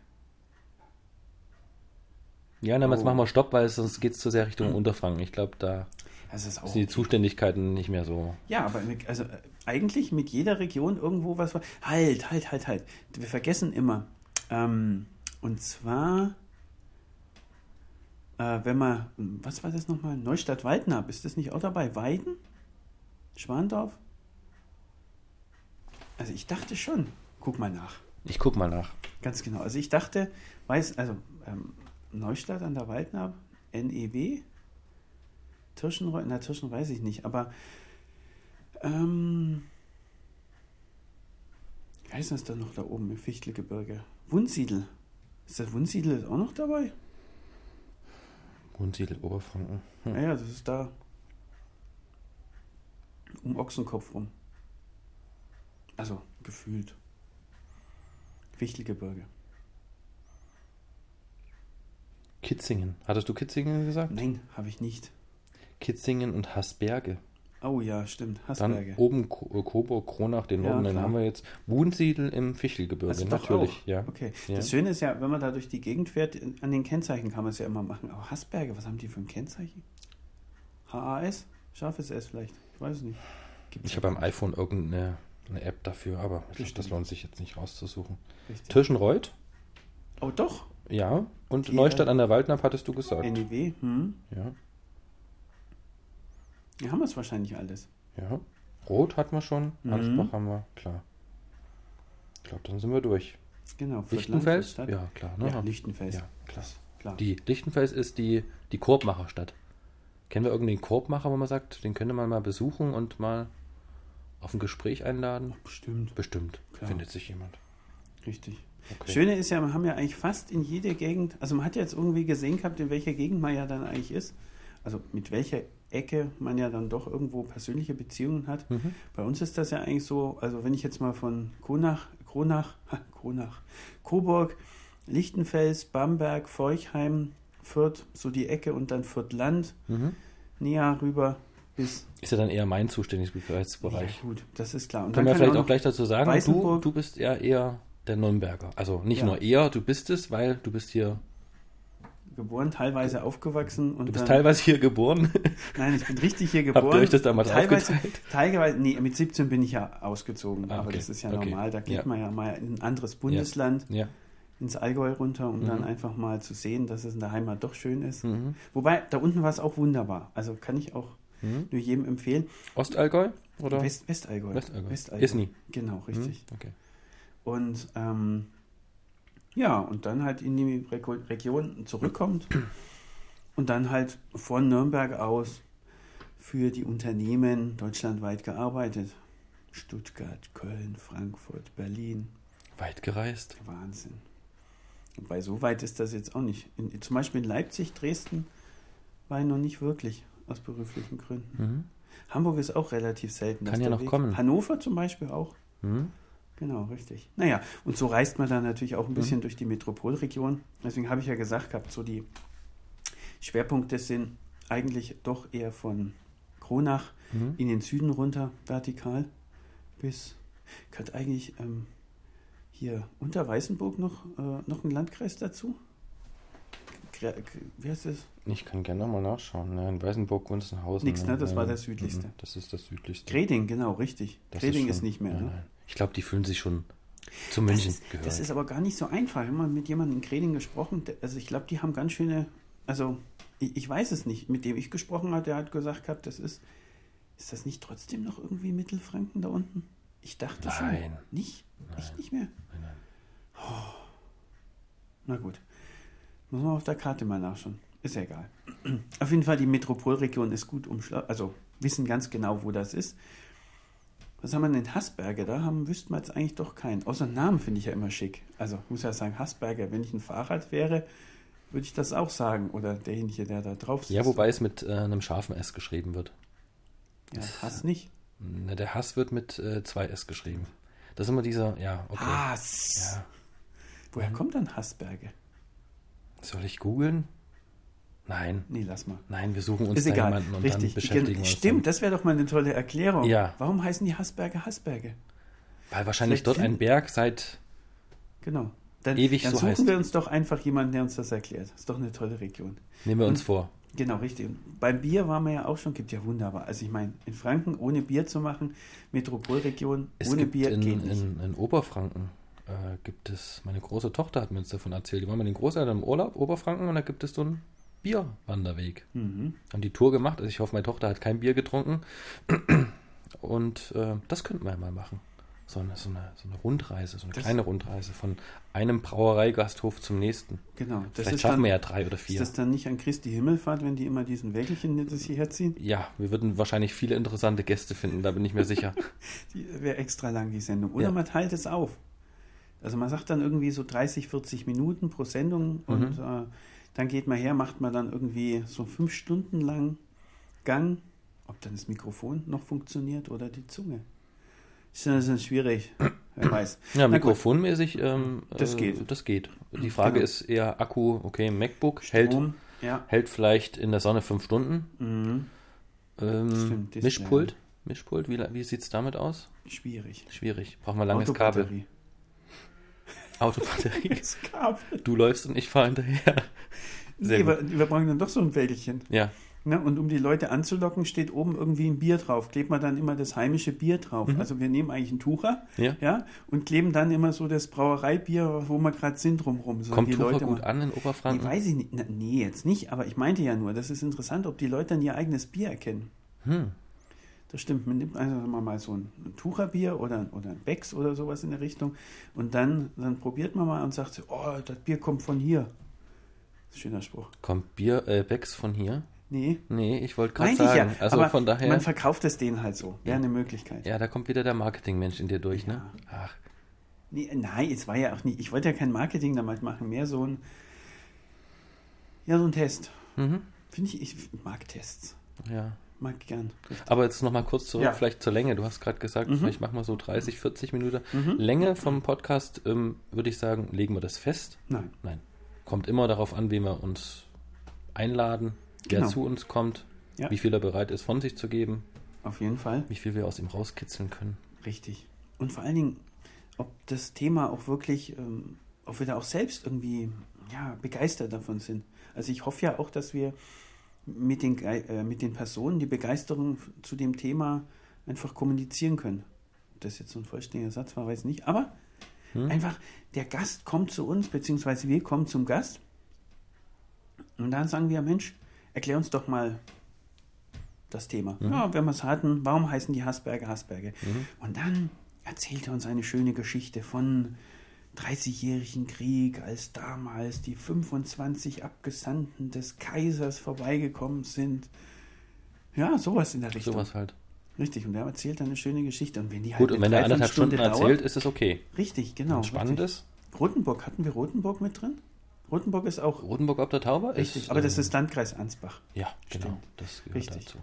[SPEAKER 2] Ja, na, jetzt
[SPEAKER 1] Oh.
[SPEAKER 2] machen wir Stopp, weil sonst geht es zu sehr Richtung Unterfranken. Ich glaube, da
[SPEAKER 1] Das ist auch.
[SPEAKER 2] sind die Zuständigkeiten nicht mehr so.
[SPEAKER 1] Ja, aber mit, also äh, eigentlich mit jeder Region irgendwo was. war- Halt, halt, halt, halt. Wir vergessen immer. Ähm, und zwar, äh, wenn man, was war das nochmal? Neustadt-Waldnab, ist das nicht auch dabei? Weiden? Schwandorf? Also ich dachte schon. Guck mal nach.
[SPEAKER 2] Ich guck mal nach.
[SPEAKER 1] Ganz genau. Also ich dachte, weiß, also ähm, Neustadt an der Waldnab, NEB, Tirschenreuth, na Tirschen weiß ich nicht, aber ähm, wie heißt das dann noch da oben im Fichtelgebirge? Wunsiedel. Ist das Wunsiedel jetzt auch noch dabei?
[SPEAKER 2] Wunsiedel, Oberfranken. Hm.
[SPEAKER 1] Naja, das ist da um Ochsenkopf rum. Also gefühlt. Fichtelgebirge.
[SPEAKER 2] Kitzingen. Hattest du Kitzingen gesagt?
[SPEAKER 1] Nein, habe ich nicht.
[SPEAKER 2] Kitzingen und Hasberge.
[SPEAKER 1] Oh ja, stimmt.
[SPEAKER 2] Dann
[SPEAKER 1] Hasberge.
[SPEAKER 2] oben Ko äh, Coburg, Kronach, den
[SPEAKER 1] Ja,
[SPEAKER 2] oben. Dann
[SPEAKER 1] klar.
[SPEAKER 2] haben wir jetzt Wunsiedel im Fichtelgebirge.
[SPEAKER 1] Also doch
[SPEAKER 2] Natürlich,
[SPEAKER 1] auch.
[SPEAKER 2] ja.
[SPEAKER 1] Okay.
[SPEAKER 2] Ja.
[SPEAKER 1] Das Schöne ist ja, wenn man da durch die Gegend fährt, an den Kennzeichen kann man es ja immer machen. Aber Hasberge, was haben die für ein Kennzeichen? HAS? Scharfes S vielleicht. Ich weiß es nicht. Gibt's
[SPEAKER 2] Ich habe am iPhone irgendeine eine App dafür, aber ich glaub, das
[SPEAKER 1] Bestimmt.
[SPEAKER 2] lohnt sich jetzt nicht rauszusuchen.
[SPEAKER 1] richtig.
[SPEAKER 2] Tirschenreuth,
[SPEAKER 1] Oh doch.
[SPEAKER 2] ja. Und
[SPEAKER 1] Die,
[SPEAKER 2] Neustadt an der Waldnab hattest du gesagt.
[SPEAKER 1] NIW. Hm.
[SPEAKER 2] Ja,
[SPEAKER 1] Hier haben wir es wahrscheinlich alles.
[SPEAKER 2] ja. Rot hatten wir schon,
[SPEAKER 1] Mhm.
[SPEAKER 2] Ansbach haben wir, klar. Ich glaube, dann sind wir durch.
[SPEAKER 1] Genau. Fürth,
[SPEAKER 2] Lichtenfels?
[SPEAKER 1] Landkreisstadt.
[SPEAKER 2] Ja, klar. Ne?
[SPEAKER 1] Ja, Lichtenfels.
[SPEAKER 2] Ja, klar.
[SPEAKER 1] Klar.
[SPEAKER 2] Die Lichtenfels ist die, die Korbmacherstadt. Kennen wir irgendeinen Korbmacher, wo man sagt, den könnte man mal besuchen und mal auf ein Gespräch einladen?
[SPEAKER 1] Bestimmt.
[SPEAKER 2] Bestimmt
[SPEAKER 1] Klar.
[SPEAKER 2] findet sich jemand.
[SPEAKER 1] Richtig.
[SPEAKER 2] Okay.
[SPEAKER 1] Schöne ist ja, wir haben ja eigentlich fast in jeder Gegend, also man hat jetzt irgendwie gesehen gehabt, in welcher Gegend man ja dann eigentlich ist. Also mit welcher Ecke man ja dann doch irgendwo persönliche Beziehungen hat.
[SPEAKER 2] Mhm.
[SPEAKER 1] Bei uns ist das ja eigentlich so, also wenn ich jetzt mal von Kronach, Kronach, ha, Kronach, Coburg, Lichtenfels, Bamberg, Feuchheim, Fürth, so die Ecke und dann Fürth-Land,
[SPEAKER 2] Mhm.
[SPEAKER 1] näher rüber bis.
[SPEAKER 2] Ist ja dann eher mein Zuständigkeitsbereich.
[SPEAKER 1] Ja, gut, das ist klar. Und
[SPEAKER 2] Können wir
[SPEAKER 1] kann er
[SPEAKER 2] vielleicht auch
[SPEAKER 1] noch-
[SPEAKER 2] gleich dazu sagen, du,
[SPEAKER 1] Weißenburg-
[SPEAKER 2] du bist ja eher der Nürnberger. Also nicht
[SPEAKER 1] Ja.
[SPEAKER 2] nur eher, du bist es, weil du bist hier,
[SPEAKER 1] geboren, teilweise aufgewachsen und
[SPEAKER 2] du bist
[SPEAKER 1] dann,
[SPEAKER 2] teilweise hier geboren.
[SPEAKER 1] nein, ich bin richtig hier
[SPEAKER 2] ihr
[SPEAKER 1] geboren.
[SPEAKER 2] euch das damals
[SPEAKER 1] teilweise,
[SPEAKER 2] aufgeteilt?
[SPEAKER 1] teilweise, nee, mit 17 bin ich ja ausgezogen,
[SPEAKER 2] Ah,
[SPEAKER 1] aber
[SPEAKER 2] okay.
[SPEAKER 1] das ist ja
[SPEAKER 2] Okay.
[SPEAKER 1] normal. Da geht
[SPEAKER 2] Ja.
[SPEAKER 1] man ja mal in ein anderes Bundesland,
[SPEAKER 2] ja.
[SPEAKER 1] ins Allgäu runter, um dann
[SPEAKER 2] Mhm.
[SPEAKER 1] einfach mal zu sehen, dass es in der Heimat doch schön ist.
[SPEAKER 2] Mhm.
[SPEAKER 1] Wobei, da unten war es auch wunderbar. Also kann ich auch
[SPEAKER 2] Mhm.
[SPEAKER 1] nur jedem empfehlen.
[SPEAKER 2] Ostallgäu oder?
[SPEAKER 1] West, Westallgäu.
[SPEAKER 2] Westallgäu. Isny.
[SPEAKER 1] Genau, richtig.
[SPEAKER 2] Mhm. Okay.
[SPEAKER 1] Und ähm, ja, und dann halt in die Reko- Region zurückkommt und dann halt von Nürnberg aus für die Unternehmen deutschlandweit gearbeitet. Stuttgart, Köln, Frankfurt, Berlin.
[SPEAKER 2] Weit gereist.
[SPEAKER 1] Wahnsinn. Wobei so weit ist das jetzt auch nicht. In, zum Beispiel in Leipzig, Dresden war ich noch nicht wirklich aus beruflichen Gründen.
[SPEAKER 2] Mhm.
[SPEAKER 1] Hamburg ist auch relativ selten.
[SPEAKER 2] Kann
[SPEAKER 1] dass
[SPEAKER 2] ja
[SPEAKER 1] der
[SPEAKER 2] noch kommen.
[SPEAKER 1] Hannover zum Beispiel auch.
[SPEAKER 2] Mhm.
[SPEAKER 1] Genau, richtig. Naja, und so reist man dann natürlich
[SPEAKER 2] Mhm.
[SPEAKER 1] auch ein bisschen durch die Metropolregion. Deswegen habe ich ja gesagt gehabt, so die Schwerpunkte sind eigentlich doch eher von Kronach
[SPEAKER 2] Mhm.
[SPEAKER 1] in den Süden runter, vertikal, bis, gehört eigentlich ähm, hier unter Weißenburg noch, äh, noch ein Landkreis dazu? Gre- G- Wie heißt das?
[SPEAKER 2] Ich kann gerne nochmal nachschauen. Nein, Weißenburg, Gunzenhausen.
[SPEAKER 1] Nix, ne? Das
[SPEAKER 2] Nein.
[SPEAKER 1] war das südlichste.
[SPEAKER 2] Mhm. Das ist das südlichste.
[SPEAKER 1] Greding, genau, richtig.
[SPEAKER 2] Das
[SPEAKER 1] Greding
[SPEAKER 2] schon-
[SPEAKER 1] ist, nicht mehr,
[SPEAKER 2] nein,
[SPEAKER 1] ne?
[SPEAKER 2] nein. Ich glaube, die fühlen sich schon zu
[SPEAKER 1] Das
[SPEAKER 2] München
[SPEAKER 1] ist,
[SPEAKER 2] gehört.
[SPEAKER 1] das ist aber gar nicht so einfach. Ich habe mal mit jemandem in Greding gesprochen. der- Also ich glaube, die haben ganz schöne, also ich, ich weiß es nicht. Mit dem ich gesprochen habe, der hat gesagt gehabt, das ist, ist das nicht trotzdem noch irgendwie Mittelfranken da unten? Ich dachte
[SPEAKER 2] Nein.
[SPEAKER 1] schon. Nicht? Echt nicht mehr?
[SPEAKER 2] Nein, nein.
[SPEAKER 1] Na gut. Muss man auf der Karte mal nachschauen. Ist ja egal. Auf jeden Fall, die Metropolregion ist gut umschlagen. Also wissen ganz genau, wo das ist. Was haben wir denn in Hasberge? Da haben, wüssten wir jetzt eigentlich doch keinen. Außer Namen finde ich ja immer schick. Also ich muss ja sagen, Hasberge, wenn ich ein Fahrrad wäre, würde ich das auch sagen. Oder derjenige, der da drauf sitzt.
[SPEAKER 2] Ja, wobei es mit äh, einem scharfen S geschrieben wird.
[SPEAKER 1] Ja, Hass nicht.
[SPEAKER 2] Na, der Hass wird mit äh, zwei S geschrieben. Das ist immer dieser, ja, okay.
[SPEAKER 1] Hass.
[SPEAKER 2] Ja.
[SPEAKER 1] Woher kommt dann Hasberge?
[SPEAKER 2] Soll ich googeln? Nein.
[SPEAKER 1] Nee, lass mal.
[SPEAKER 2] Nein, wir suchen uns
[SPEAKER 1] Ist
[SPEAKER 2] da
[SPEAKER 1] egal.
[SPEAKER 2] jemanden und dann
[SPEAKER 1] Richtig.
[SPEAKER 2] beschäftigen wir uns.
[SPEAKER 1] Stimmt, das wäre doch mal eine tolle Erklärung.
[SPEAKER 2] Ja.
[SPEAKER 1] Warum heißen die Hasberge Hasberge?
[SPEAKER 2] damit. Weil wahrscheinlich
[SPEAKER 1] Vielleicht
[SPEAKER 2] dort ein
[SPEAKER 1] finden-
[SPEAKER 2] Berg seit.
[SPEAKER 1] Genau. Dann,
[SPEAKER 2] Ewig
[SPEAKER 1] dann
[SPEAKER 2] so
[SPEAKER 1] suchen
[SPEAKER 2] heißt.
[SPEAKER 1] wir uns doch einfach jemanden, der uns das erklärt. Ist doch eine tolle Region.
[SPEAKER 2] Nehmen wir uns vor.
[SPEAKER 1] Genau, richtig. Und beim Bier waren wir ja auch schon, gibt ja wunderbar. Also ich meine, in Franken ohne Bier zu machen, Metropolregion
[SPEAKER 2] Es
[SPEAKER 1] ohne
[SPEAKER 2] gibt
[SPEAKER 1] Bier
[SPEAKER 2] in,
[SPEAKER 1] geht nicht.
[SPEAKER 2] in, in Oberfranken äh, gibt es, meine große Tochter hat mir jetzt davon erzählt, die war mit den Großeltern im Urlaub, Oberfranken, und da gibt es so einen Bierwanderweg.
[SPEAKER 1] Mhm.
[SPEAKER 2] Haben die Tour gemacht, also ich hoffe, meine Tochter hat kein Bier getrunken. Und äh, das könnten wir ja mal machen. So eine, so eine, so eine Rundreise, so eine
[SPEAKER 1] Das-
[SPEAKER 2] kleine Rundreise von einem Brauereigasthof zum nächsten.
[SPEAKER 1] Genau. Das
[SPEAKER 2] Vielleicht
[SPEAKER 1] ist
[SPEAKER 2] schaffen
[SPEAKER 1] dann,
[SPEAKER 2] wir ja drei oder
[SPEAKER 1] Ist
[SPEAKER 2] vier.
[SPEAKER 1] das dann nicht an Christi Himmelfahrt, wenn die immer diesen Wägelchen nettes hierher ziehen?
[SPEAKER 2] Ja, wir würden wahrscheinlich viele interessante Gäste finden, da bin ich mir sicher.
[SPEAKER 1] Die wäre extra lang, die Sendung. Oder
[SPEAKER 2] Ja.
[SPEAKER 1] man teilt es auf. Also man sagt dann irgendwie so 30, 40 Minuten pro Sendung
[SPEAKER 2] Mhm.
[SPEAKER 1] und äh, dann geht man her, macht man dann irgendwie so fünf Stunden lang Gang, ob dann das Mikrofon noch funktioniert oder die Zunge. Ist ja- ist ja schwierig, wer weiß.
[SPEAKER 2] Ja,
[SPEAKER 1] Na gut.
[SPEAKER 2] mikrofonmäßig, ähm,
[SPEAKER 1] Das
[SPEAKER 2] äh,
[SPEAKER 1] geht.
[SPEAKER 2] Das geht. Die Frage
[SPEAKER 1] Genau.
[SPEAKER 2] ist eher Akku, okay, MacBook hält,
[SPEAKER 1] Strom, ja.
[SPEAKER 2] hält vielleicht in der Sonne fünf Stunden.
[SPEAKER 1] Mhm.
[SPEAKER 2] Ähm,
[SPEAKER 1] Stimmt, Display.
[SPEAKER 2] Mischpult, Mischpult, wie, la- wie sieht es damit aus?
[SPEAKER 1] Schwierig.
[SPEAKER 2] Schwierig. Brauchen wir langes Kabel.
[SPEAKER 1] Autobatterie.
[SPEAKER 2] Autobatterie.
[SPEAKER 1] Das Kabel.
[SPEAKER 2] du läufst und ich fahre hinterher. Sehr
[SPEAKER 1] Nee, wir, wir brauchen dann doch so ein Wägelchen.
[SPEAKER 2] Ja.
[SPEAKER 1] Ne? Und um die Leute anzulocken, steht oben irgendwie ein Bier drauf. Klebt man dann immer das heimische Bier drauf. Also wir nehmen eigentlich einen Tucher
[SPEAKER 2] Mhm. Ja.
[SPEAKER 1] ja, und kleben dann immer so das Brauereibier, wo wir gerade sind, drumrum. So
[SPEAKER 2] Kommt
[SPEAKER 1] die
[SPEAKER 2] Tucher
[SPEAKER 1] Leute
[SPEAKER 2] gut
[SPEAKER 1] mal-
[SPEAKER 2] an in
[SPEAKER 1] Nee,
[SPEAKER 2] Oberfranken?
[SPEAKER 1] weiß ich nicht. Na, nee, jetzt nicht. Aber ich meinte ja nur, das ist interessant, ob die Leute dann ihr eigenes Bier erkennen.
[SPEAKER 2] Hm.
[SPEAKER 1] Das stimmt. Man nimmt einfach mal, mal so ein, ein Tucherbier oder, oder ein Becks oder sowas in der Richtung. Und dann, dann probiert man mal und sagt so, oh, das Bier kommt von hier. Schöner Spruch.
[SPEAKER 2] Kommt Bier, äh, Becks von hier?
[SPEAKER 1] Nee,
[SPEAKER 2] Nee, ich wollte gerade
[SPEAKER 1] Meinte
[SPEAKER 2] sagen.
[SPEAKER 1] ich ja.
[SPEAKER 2] also
[SPEAKER 1] aber
[SPEAKER 2] von daher.
[SPEAKER 1] Man verkauft es denen halt so. Wäre eine Möglichkeit.
[SPEAKER 2] Ja, da kommt wieder der Marketingmensch in dir durch, ne? Ach,
[SPEAKER 1] Nee, nein, es war ja auch nicht. Ich wollte ja kein Marketing damit machen, mehr so ein. Ja, so ein Test.
[SPEAKER 2] mhm.
[SPEAKER 1] Finde ich, ich mag Tests.
[SPEAKER 2] ja.
[SPEAKER 1] Mag gern.
[SPEAKER 2] Aber jetzt nochmal kurz zurück,
[SPEAKER 1] Ja. Mhm.
[SPEAKER 2] vielleicht zur Länge. Du hast gerade gesagt, vielleicht machen wir so 30, 40 Minuten. Länge vom Podcast, ähm, würde ich sagen, legen wir das fest?
[SPEAKER 1] Nein.
[SPEAKER 2] Nein. Kommt immer darauf an, wie wir uns einladen, wer
[SPEAKER 1] Genau.
[SPEAKER 2] zu uns kommt,
[SPEAKER 1] Ja.
[SPEAKER 2] wie viel er bereit ist, von sich zu geben,
[SPEAKER 1] Auf jeden Fall.
[SPEAKER 2] wie viel wir aus ihm rauskitzeln können.
[SPEAKER 1] Richtig. Und vor allen Dingen, ob das Thema auch wirklich, ähm, ob wir da auch selbst irgendwie ja, begeistert davon sind. Also ich hoffe ja auch, dass wir mit den, Ge- äh, mit den Personen die Begeisterung f- zu dem Thema einfach kommunizieren können. Ob das jetzt so ein vollständiger Satz war, weiß ich nicht. Aber
[SPEAKER 2] Hm?
[SPEAKER 1] einfach, der Gast kommt zu uns, beziehungsweise wir kommen zum Gast. Und dann sagen wir, Mensch, erklär uns doch mal das Thema.
[SPEAKER 2] Hm?
[SPEAKER 1] Ja, wenn wir es hatten, warum heißen die Hasberge Hasberge? Und dann erzählt er uns eine schöne Geschichte von 30-jährigen Krieg, als damals die 25 Abgesandten des Kaisers vorbeigekommen sind. Ja, sowas in der Richtung.
[SPEAKER 2] Sowas halt.
[SPEAKER 1] Richtig, und der erzählt dann eine schöne Geschichte. Und wenn die halt
[SPEAKER 2] Gut,
[SPEAKER 1] eine
[SPEAKER 2] und wenn er anderthalb
[SPEAKER 1] Dreiviertelstunde
[SPEAKER 2] Stunden erzählt, ist es okay.
[SPEAKER 1] dauert, richtig,
[SPEAKER 2] Wenn
[SPEAKER 1] genau.
[SPEAKER 2] es spannend
[SPEAKER 1] richtig.
[SPEAKER 2] ist.
[SPEAKER 1] Rotenburg, hatten wir Rotenburg mit drin? Rotenburg ist auch
[SPEAKER 2] Rotenburg ob der Tauber
[SPEAKER 1] richtig,
[SPEAKER 2] ist.
[SPEAKER 1] aber das
[SPEAKER 2] ähm,
[SPEAKER 1] ist Landkreis Ansbach.
[SPEAKER 2] Ja, genau.
[SPEAKER 1] Stimmt.
[SPEAKER 2] Das gehört
[SPEAKER 1] Richtig.
[SPEAKER 2] dazu.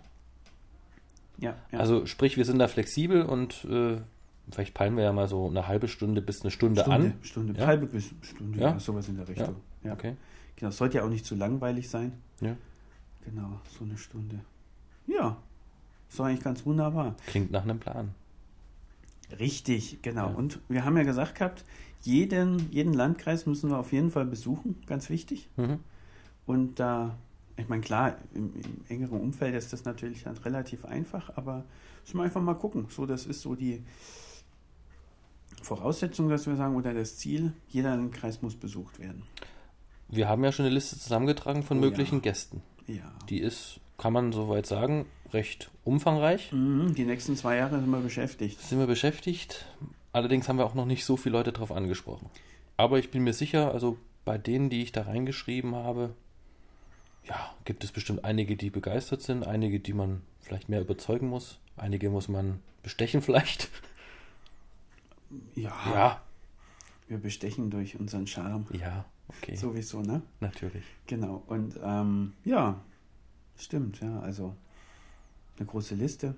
[SPEAKER 1] Ja, ja.
[SPEAKER 2] Also sprich, wir sind da flexibel und äh, vielleicht peilen wir ja mal so eine halbe Stunde bis eine Stunde,
[SPEAKER 1] Stunde,
[SPEAKER 2] an.
[SPEAKER 1] Stunde,
[SPEAKER 2] Ja.
[SPEAKER 1] halbe bis Stunde,
[SPEAKER 2] Ja.
[SPEAKER 1] ja. sowas in der Richtung. Ja.
[SPEAKER 2] Okay.
[SPEAKER 1] Genau, sollte ja auch nicht zu langweilig sein.
[SPEAKER 2] Ja.
[SPEAKER 1] Genau, so eine Stunde. Ja, ist doch eigentlich ganz wunderbar.
[SPEAKER 2] Klingt nach einem Plan.
[SPEAKER 1] Richtig, genau.
[SPEAKER 2] Ja.
[SPEAKER 1] Und wir haben ja gesagt gehabt, jeden, jeden Landkreis müssen wir auf jeden Fall besuchen, ganz wichtig.
[SPEAKER 2] Mhm.
[SPEAKER 1] Und da, ich meine, klar, im, im engeren Umfeld ist das natürlich dann relativ einfach, aber müssen wir einfach mal gucken. So, das ist so die Voraussetzung, dass wir sagen, oder das Ziel, jeder Landkreis muss besucht werden.
[SPEAKER 2] Wir haben ja schon eine Liste zusammengetragen von
[SPEAKER 1] Oh ja.
[SPEAKER 2] möglichen Gästen.
[SPEAKER 1] Ja.
[SPEAKER 2] Die ist, kann man soweit sagen, recht umfangreich.
[SPEAKER 1] Mhm, die nächsten zwei Jahre sind wir beschäftigt.
[SPEAKER 2] Sind wir beschäftigt. Allerdings haben wir auch noch nicht so viele Leute drauf angesprochen. Aber ich bin mir sicher, also bei denen, die ich da reingeschrieben habe, ja, gibt es bestimmt einige, die begeistert sind, einige, die man vielleicht mehr überzeugen muss, einige muss man bestechen vielleicht.
[SPEAKER 1] Ja,
[SPEAKER 2] Ja,
[SPEAKER 1] wir bestechen durch unseren Charme.
[SPEAKER 2] ja, okay,
[SPEAKER 1] Sowieso, ne?
[SPEAKER 2] natürlich.
[SPEAKER 1] Genau. Und ähm, ja, stimmt, ja. Also eine große Liste,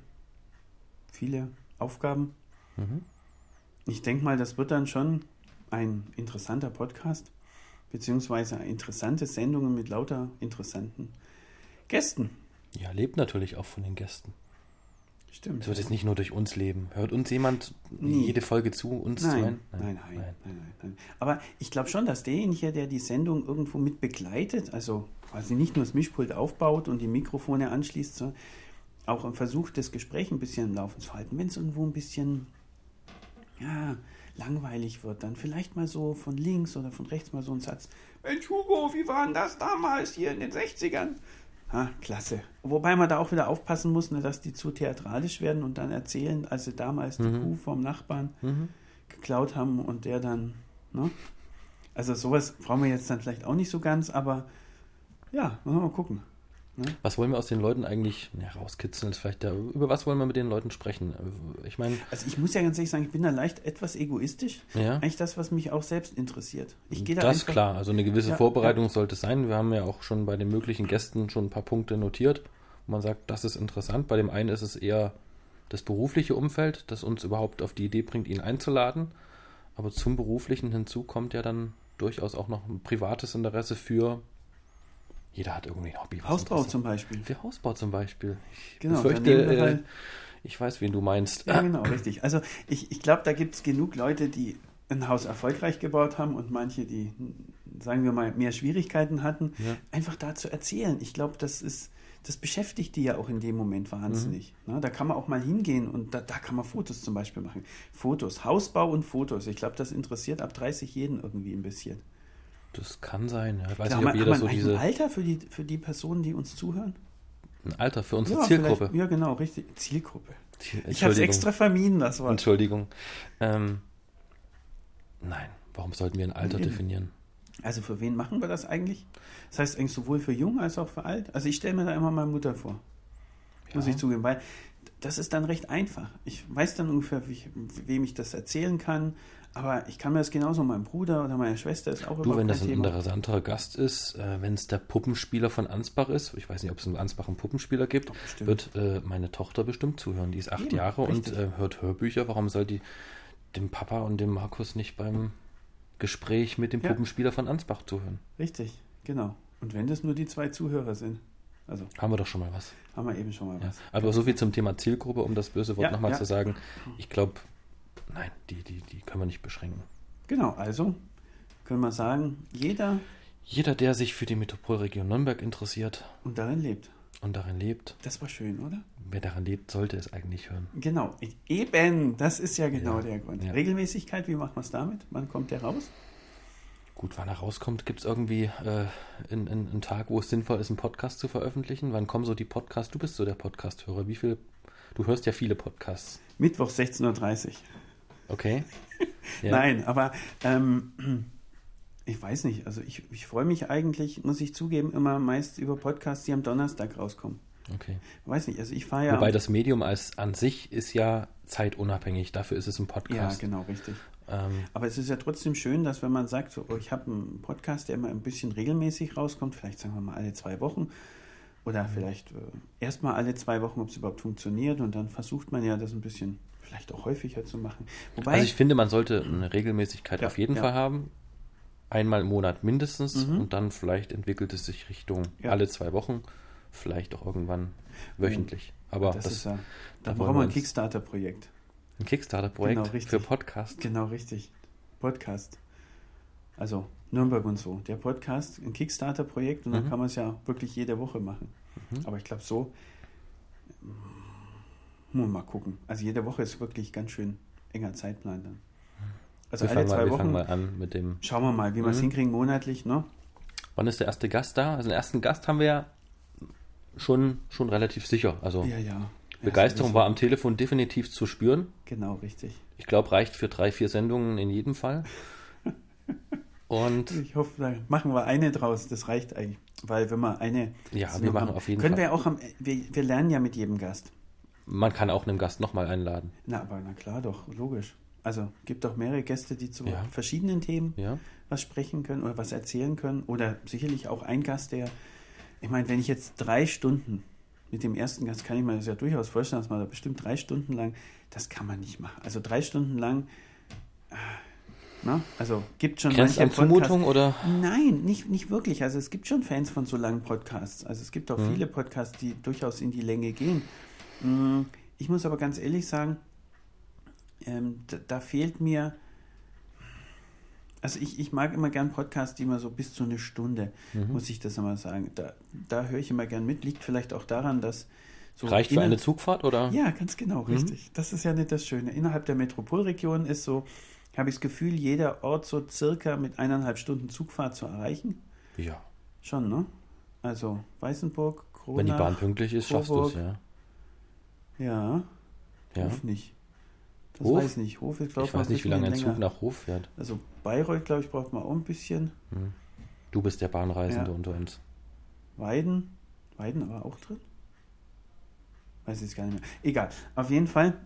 [SPEAKER 1] viele Aufgaben.
[SPEAKER 2] Mhm.
[SPEAKER 1] Ich denke mal, das wird dann schon ein interessanter Podcast, beziehungsweise interessante Sendungen mit lauter interessanten Gästen.
[SPEAKER 2] Ja, lebt natürlich auch von den Gästen.
[SPEAKER 1] Stimmt.
[SPEAKER 2] Es wird jetzt nicht nur durch uns leben. Hört uns jemand
[SPEAKER 1] Nee.
[SPEAKER 2] jede Folge zu, uns zu
[SPEAKER 1] Nein,
[SPEAKER 2] ein?
[SPEAKER 1] nein, nein, nein, nein, nein. Aber ich glaube schon, dass derjenige, der die Sendung irgendwo mit begleitet, also quasi nicht nur das Mischpult aufbaut und die Mikrofone anschließt, sondern auch versucht, das Gespräch ein bisschen im Laufen zu halten. Wenn es irgendwo ein bisschen ja, langweilig wird, dann vielleicht mal so von links oder von rechts mal so ein Satz. Mensch, Hugo, wie war denn das damals hier in den 60ern? Ha, klasse. Wobei man da auch wieder aufpassen muss, ne, dass die zu theatralisch werden und dann erzählen, als sie damals die Kuh vom Nachbarn
[SPEAKER 2] Mhm.
[SPEAKER 1] geklaut haben und der dann, ne? Also sowas brauchen wir jetzt dann vielleicht auch nicht so ganz, aber ja, müssen wir mal gucken.
[SPEAKER 2] Was wollen wir aus den Leuten eigentlich ja, rauskitzeln? Ist vielleicht da, über was wollen wir mit den Leuten sprechen? Ich meine,
[SPEAKER 1] Also ich muss ja ganz ehrlich sagen, ich bin da leicht etwas egoistisch.
[SPEAKER 2] ja,
[SPEAKER 1] Eigentlich das, was mich auch selbst interessiert. Ich gehe da
[SPEAKER 2] das ist
[SPEAKER 1] einfach-
[SPEAKER 2] klar. Also eine gewisse
[SPEAKER 1] Ja,
[SPEAKER 2] Vorbereitung sollte es sein. Wir haben ja auch schon bei den möglichen Gästen schon ein paar Punkte notiert, wo man sagt, das ist interessant. Bei dem einen ist es eher das berufliche Umfeld, das uns überhaupt auf die Idee bringt, ihn einzuladen. Aber zum beruflichen hinzu kommt ja dann durchaus auch noch ein privates Interesse für. Jeder hat irgendwie ein Hobby. was
[SPEAKER 1] Hausbau
[SPEAKER 2] interessant-
[SPEAKER 1] zum Beispiel.
[SPEAKER 2] Für Hausbau zum Beispiel. Ich
[SPEAKER 1] Genau,
[SPEAKER 2] befürchte,
[SPEAKER 1] dann nehmen wir
[SPEAKER 2] äh,
[SPEAKER 1] halt-
[SPEAKER 2] ich weiß, wen du meinst.
[SPEAKER 1] Ja, genau, richtig. Also ich, ich glaube, da gibt es genug Leute, die ein Haus erfolgreich gebaut haben und manche, die, sagen wir mal, mehr Schwierigkeiten hatten,
[SPEAKER 2] Ja.
[SPEAKER 1] einfach da zu erzählen. Ich glaube, das ist, das beschäftigt die ja auch in dem Moment wahnsinnig.
[SPEAKER 2] Mhm.
[SPEAKER 1] Ne, da kann man auch mal hingehen und da, da kann man Fotos zum Beispiel machen. Fotos, Hausbau und Fotos. Ich glaube, das interessiert ab 30 jeden irgendwie ein bisschen.
[SPEAKER 2] Das kann sein. Ja, ich weiß
[SPEAKER 1] Sag
[SPEAKER 2] nicht,
[SPEAKER 1] mal,
[SPEAKER 2] ob
[SPEAKER 1] haben
[SPEAKER 2] jeder
[SPEAKER 1] wir
[SPEAKER 2] so
[SPEAKER 1] ein
[SPEAKER 2] diese.
[SPEAKER 1] Alter für die, für die Personen, die uns zuhören?
[SPEAKER 2] Ein Alter für unsere
[SPEAKER 1] Ja,
[SPEAKER 2] Zielgruppe.
[SPEAKER 1] vielleicht- Ja, genau, richtig. Zielgruppe.
[SPEAKER 2] Ziel-
[SPEAKER 1] Ich habe es
[SPEAKER 2] Entschuldigung.
[SPEAKER 1] extra vermieden, das Wort.
[SPEAKER 2] Entschuldigung. Ähm, nein, warum sollten wir ein Alter
[SPEAKER 1] Eben.
[SPEAKER 2] definieren?
[SPEAKER 1] Also für wen machen wir das eigentlich? Das heißt eigentlich sowohl für jung als auch für alt. Also ich stelle mir da immer meine Mutter vor, muss
[SPEAKER 2] Ja.
[SPEAKER 1] ich zugeben, weil das ist dann recht einfach. Ich weiß dann ungefähr, wie ich, wem ich das erzählen kann, aber ich kann mir das genauso meinem Bruder oder meiner Schwester ist auch
[SPEAKER 2] Du,
[SPEAKER 1] überhaupt
[SPEAKER 2] wenn das
[SPEAKER 1] kein
[SPEAKER 2] ein
[SPEAKER 1] Thema.
[SPEAKER 2] interessanter Gast ist, äh, wenn es der Puppenspieler von Ansbach ist, ich weiß nicht, ob es in Ansbach einen Puppenspieler gibt,
[SPEAKER 1] Doch, bestimmt.
[SPEAKER 2] wird äh, meine Tochter bestimmt zuhören. Die ist acht
[SPEAKER 1] Eben,
[SPEAKER 2] Jahre
[SPEAKER 1] richtig.
[SPEAKER 2] und äh, hört Hörbücher. Warum soll die dem Papa und dem Markus nicht beim Gespräch mit dem
[SPEAKER 1] Ja.
[SPEAKER 2] Puppenspieler von Ansbach zuhören?
[SPEAKER 1] Richtig, genau. Und wenn das nur die zwei Zuhörer sind. Also
[SPEAKER 2] Haben wir doch schon mal was.
[SPEAKER 1] haben wir eben schon mal
[SPEAKER 2] Ja.
[SPEAKER 1] was.
[SPEAKER 2] Aber so viel zum Thema Zielgruppe, um das böse Wort
[SPEAKER 1] Ja,
[SPEAKER 2] nochmal
[SPEAKER 1] ja. Mhm.
[SPEAKER 2] zu sagen. Ich glaube, nein, die, die, die können wir nicht beschränken.
[SPEAKER 1] Genau, also können wir sagen, jeder
[SPEAKER 2] Jeder, der sich für die Metropolregion Nürnberg interessiert
[SPEAKER 1] und darin lebt.
[SPEAKER 2] und darin lebt,
[SPEAKER 1] Das war schön, oder?
[SPEAKER 2] wer daran lebt, sollte es eigentlich hören.
[SPEAKER 1] Genau, eben, das ist ja genau
[SPEAKER 2] Ja,
[SPEAKER 1] der Grund.
[SPEAKER 2] ja.
[SPEAKER 1] Regelmäßigkeit, wie macht man es damit? Wann kommt der raus?
[SPEAKER 2] Gut, wann er rauskommt, gibt es irgendwie äh, einen, einen, einen Tag, wo es sinnvoll ist, einen Podcast zu veröffentlichen? Wann kommen so die Podcasts? Du bist so der Podcast-Hörer. Wie viel? Du hörst ja viele Podcasts.
[SPEAKER 1] Mittwoch 16.30 Uhr.
[SPEAKER 2] Okay. Ja.
[SPEAKER 1] Nein, aber ähm, ich weiß nicht, also ich, ich freue mich eigentlich, muss ich zugeben, immer meist über Podcasts, die am Donnerstag rauskommen.
[SPEAKER 2] Okay.
[SPEAKER 1] Weiß nicht, also ich fahre ja.
[SPEAKER 2] Wobei das Medium als an sich ist ja zeitunabhängig. Dafür ist es ein
[SPEAKER 1] ja,
[SPEAKER 2] Podcast.
[SPEAKER 1] genau, richtig.
[SPEAKER 2] Ähm,
[SPEAKER 1] Aber es ist ja trotzdem schön, dass wenn man sagt, so, oh, ich habe einen Podcast, der immer ein bisschen regelmäßig rauskommt, vielleicht sagen wir mal alle zwei Wochen
[SPEAKER 2] Mhm.
[SPEAKER 1] oder vielleicht äh, erstmal alle zwei Wochen, ob es überhaupt funktioniert und dann versucht man ja das ein bisschen vielleicht auch häufiger zu machen. Wobei,
[SPEAKER 2] also ich finde, man sollte eine Regelmäßigkeit
[SPEAKER 1] Ja,
[SPEAKER 2] auf jeden
[SPEAKER 1] ja.
[SPEAKER 2] Fall haben. Einmal im Monat mindestens
[SPEAKER 1] Mhm.
[SPEAKER 2] und dann vielleicht entwickelt es sich Richtung
[SPEAKER 1] Ja.
[SPEAKER 2] alle zwei Wochen, vielleicht auch irgendwann wöchentlich. Aber
[SPEAKER 1] das,
[SPEAKER 2] das,
[SPEAKER 1] ist ja, da
[SPEAKER 2] da wollen
[SPEAKER 1] brauchen
[SPEAKER 2] wir
[SPEAKER 1] wir ein
[SPEAKER 2] uns-
[SPEAKER 1] Kickstarter-Projekt.
[SPEAKER 2] ein Kickstarter-Projekt
[SPEAKER 1] Genau, richtig.
[SPEAKER 2] für Podcast.
[SPEAKER 1] Genau, richtig. Podcast. Also Nürnberg und so. Der Podcast, ein Kickstarter-Projekt und dann
[SPEAKER 2] Mhm.
[SPEAKER 1] kann man es ja wirklich jede Woche machen.
[SPEAKER 2] Mhm.
[SPEAKER 1] Aber ich glaube, so ähm, muss man mal gucken. Also jede Woche ist wirklich ganz schön enger Zeitplan dann. Also
[SPEAKER 2] wir
[SPEAKER 1] alle
[SPEAKER 2] fangen,
[SPEAKER 1] zwei
[SPEAKER 2] mal, wir
[SPEAKER 1] Wochen
[SPEAKER 2] fangen mal an mit dem.
[SPEAKER 1] schauen wir mal, wie wir es
[SPEAKER 2] Mhm.
[SPEAKER 1] hinkriegen monatlich. Ne?
[SPEAKER 2] Wann ist der erste Gast da? Also den ersten Gast haben wir ja schon, schon relativ sicher. Also
[SPEAKER 1] Ja, ja. ja.
[SPEAKER 2] Begeisterung
[SPEAKER 1] sowieso.
[SPEAKER 2] war am Telefon definitiv zu spüren.
[SPEAKER 1] Genau, richtig.
[SPEAKER 2] Ich glaube, reicht für drei, vier Sendungen in jedem Fall. Und
[SPEAKER 1] Ich hoffe, da machen wir eine draus. Das reicht eigentlich. Weil wenn wir eine...
[SPEAKER 2] Ja, wir
[SPEAKER 1] Sendung
[SPEAKER 2] machen
[SPEAKER 1] haben,
[SPEAKER 2] auf jeden
[SPEAKER 1] können
[SPEAKER 2] Fall.
[SPEAKER 1] wir auch am... Wir, wir lernen ja mit jedem Gast.
[SPEAKER 2] man kann auch einen Gast nochmal einladen.
[SPEAKER 1] Na, aber na klar doch, logisch. Also gibt doch mehrere Gäste, die zu
[SPEAKER 2] Ja.
[SPEAKER 1] verschiedenen Themen
[SPEAKER 2] Ja.
[SPEAKER 1] was sprechen können oder was erzählen können. Oder sicherlich auch ein Gast, der, ich meine, wenn ich jetzt drei Stunden mit dem ersten Gast, kann ich mir das ja durchaus vorstellen, dass man da bestimmt drei Stunden lang, das kann man nicht machen. Also drei Stunden lang, äh, na, also gibt schon
[SPEAKER 2] Grenzt an
[SPEAKER 1] manche
[SPEAKER 2] Zumutung oder?
[SPEAKER 1] Nein, nicht, nicht wirklich. Also es gibt schon Fans von so langen Podcasts. Also es gibt
[SPEAKER 2] Hm.
[SPEAKER 1] auch viele Podcasts, die durchaus in die Länge gehen. Mm, Ich muss aber ganz ehrlich sagen, ähm, da, da fehlt mir. Also ich, ich mag immer gern Podcasts, die immer so bis zu eine Stunde,
[SPEAKER 2] Mhm.
[SPEAKER 1] muss ich das immer sagen. Da, da höre ich immer gern mit. Liegt vielleicht auch daran, dass so
[SPEAKER 2] Reicht für
[SPEAKER 1] inner-
[SPEAKER 2] eine Zugfahrt oder?
[SPEAKER 1] ja, ganz genau,
[SPEAKER 2] Mhm.
[SPEAKER 1] richtig. Das ist ja nicht das Schöne. Innerhalb der Metropolregion ist so, habe ich das Gefühl, jeder Ort so circa mit eineinhalb Stunden Zugfahrt zu erreichen.
[SPEAKER 2] Ja.
[SPEAKER 1] Schon, ne? Also Weißenburg, Kronach.
[SPEAKER 2] Wenn die Bahn pünktlich ist, schaffst du es,
[SPEAKER 1] Coburg.
[SPEAKER 2] ja.
[SPEAKER 1] Ja,
[SPEAKER 2] ja.
[SPEAKER 1] Hof nicht. Das
[SPEAKER 2] Hof?
[SPEAKER 1] weiß nicht. Hof ist, glaube
[SPEAKER 2] Ich weiß nicht, wie lange ein Zug nach Hof fährt.
[SPEAKER 1] Also Bayreuth, glaube ich, braucht man auch ein bisschen.
[SPEAKER 2] Du bist der Bahnreisende
[SPEAKER 1] Ja.
[SPEAKER 2] unter uns.
[SPEAKER 1] Weiden. Weiden aber auch drin? Weiß ich jetzt gar nicht mehr. Egal. Auf jeden Fall.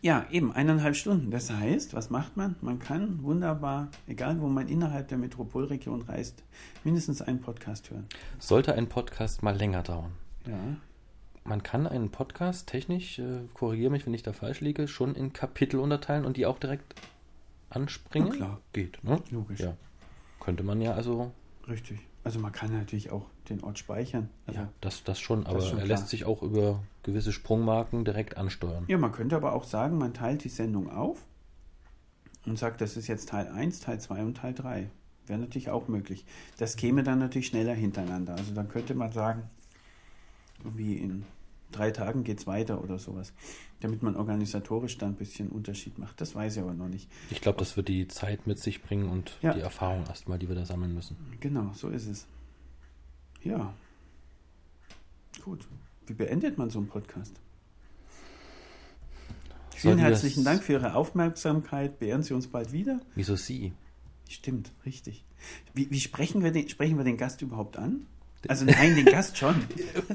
[SPEAKER 1] Ja, eben eineinhalb Stunden. Das heißt, was macht man? Man kann wunderbar, egal wo man innerhalb der Metropolregion reist, mindestens einen Podcast hören.
[SPEAKER 2] Sollte ein Podcast mal länger dauern?
[SPEAKER 1] Ja.
[SPEAKER 2] Man kann einen Podcast technisch, äh, korrigiere mich, wenn ich da falsch liege, schon in Kapitel unterteilen und die auch direkt anspringen.
[SPEAKER 1] Na klar.
[SPEAKER 2] Geht, ne?
[SPEAKER 1] Logisch.
[SPEAKER 2] Ja. Könnte man ja also,
[SPEAKER 1] Richtig. Also man kann natürlich auch den Ort speichern. Also,
[SPEAKER 2] ja, das, das schon, aber
[SPEAKER 1] ist schon
[SPEAKER 2] er
[SPEAKER 1] klar.
[SPEAKER 2] lässt sich auch über gewisse Sprungmarken direkt ansteuern.
[SPEAKER 1] Ja, man könnte aber auch sagen, man teilt die Sendung auf und sagt, das ist jetzt Teil 1, Teil 2 und Teil 3. Wäre natürlich auch möglich. Das käme dann natürlich schneller hintereinander. Also dann könnte man sagen, wie in drei Tagen geht es weiter oder sowas. Damit man organisatorisch da ein bisschen Unterschied macht. Das weiß ich aber noch nicht.
[SPEAKER 2] Ich glaube, das wird die Zeit mit sich bringen und
[SPEAKER 1] Ja.
[SPEAKER 2] die Erfahrung erstmal, die wir da sammeln müssen.
[SPEAKER 1] Genau, so ist es. Ja. Gut. Wie beendet man so einen Podcast? Vielen
[SPEAKER 2] Sollten wir
[SPEAKER 1] herzlichen
[SPEAKER 2] es-
[SPEAKER 1] Dank für Ihre Aufmerksamkeit. Beehren Sie uns bald wieder.
[SPEAKER 2] Wieso sie?
[SPEAKER 1] Stimmt, richtig. Wie, wie sprechen, wir den, sprechen wir den Gast überhaupt an? Also nein, den Gast schon.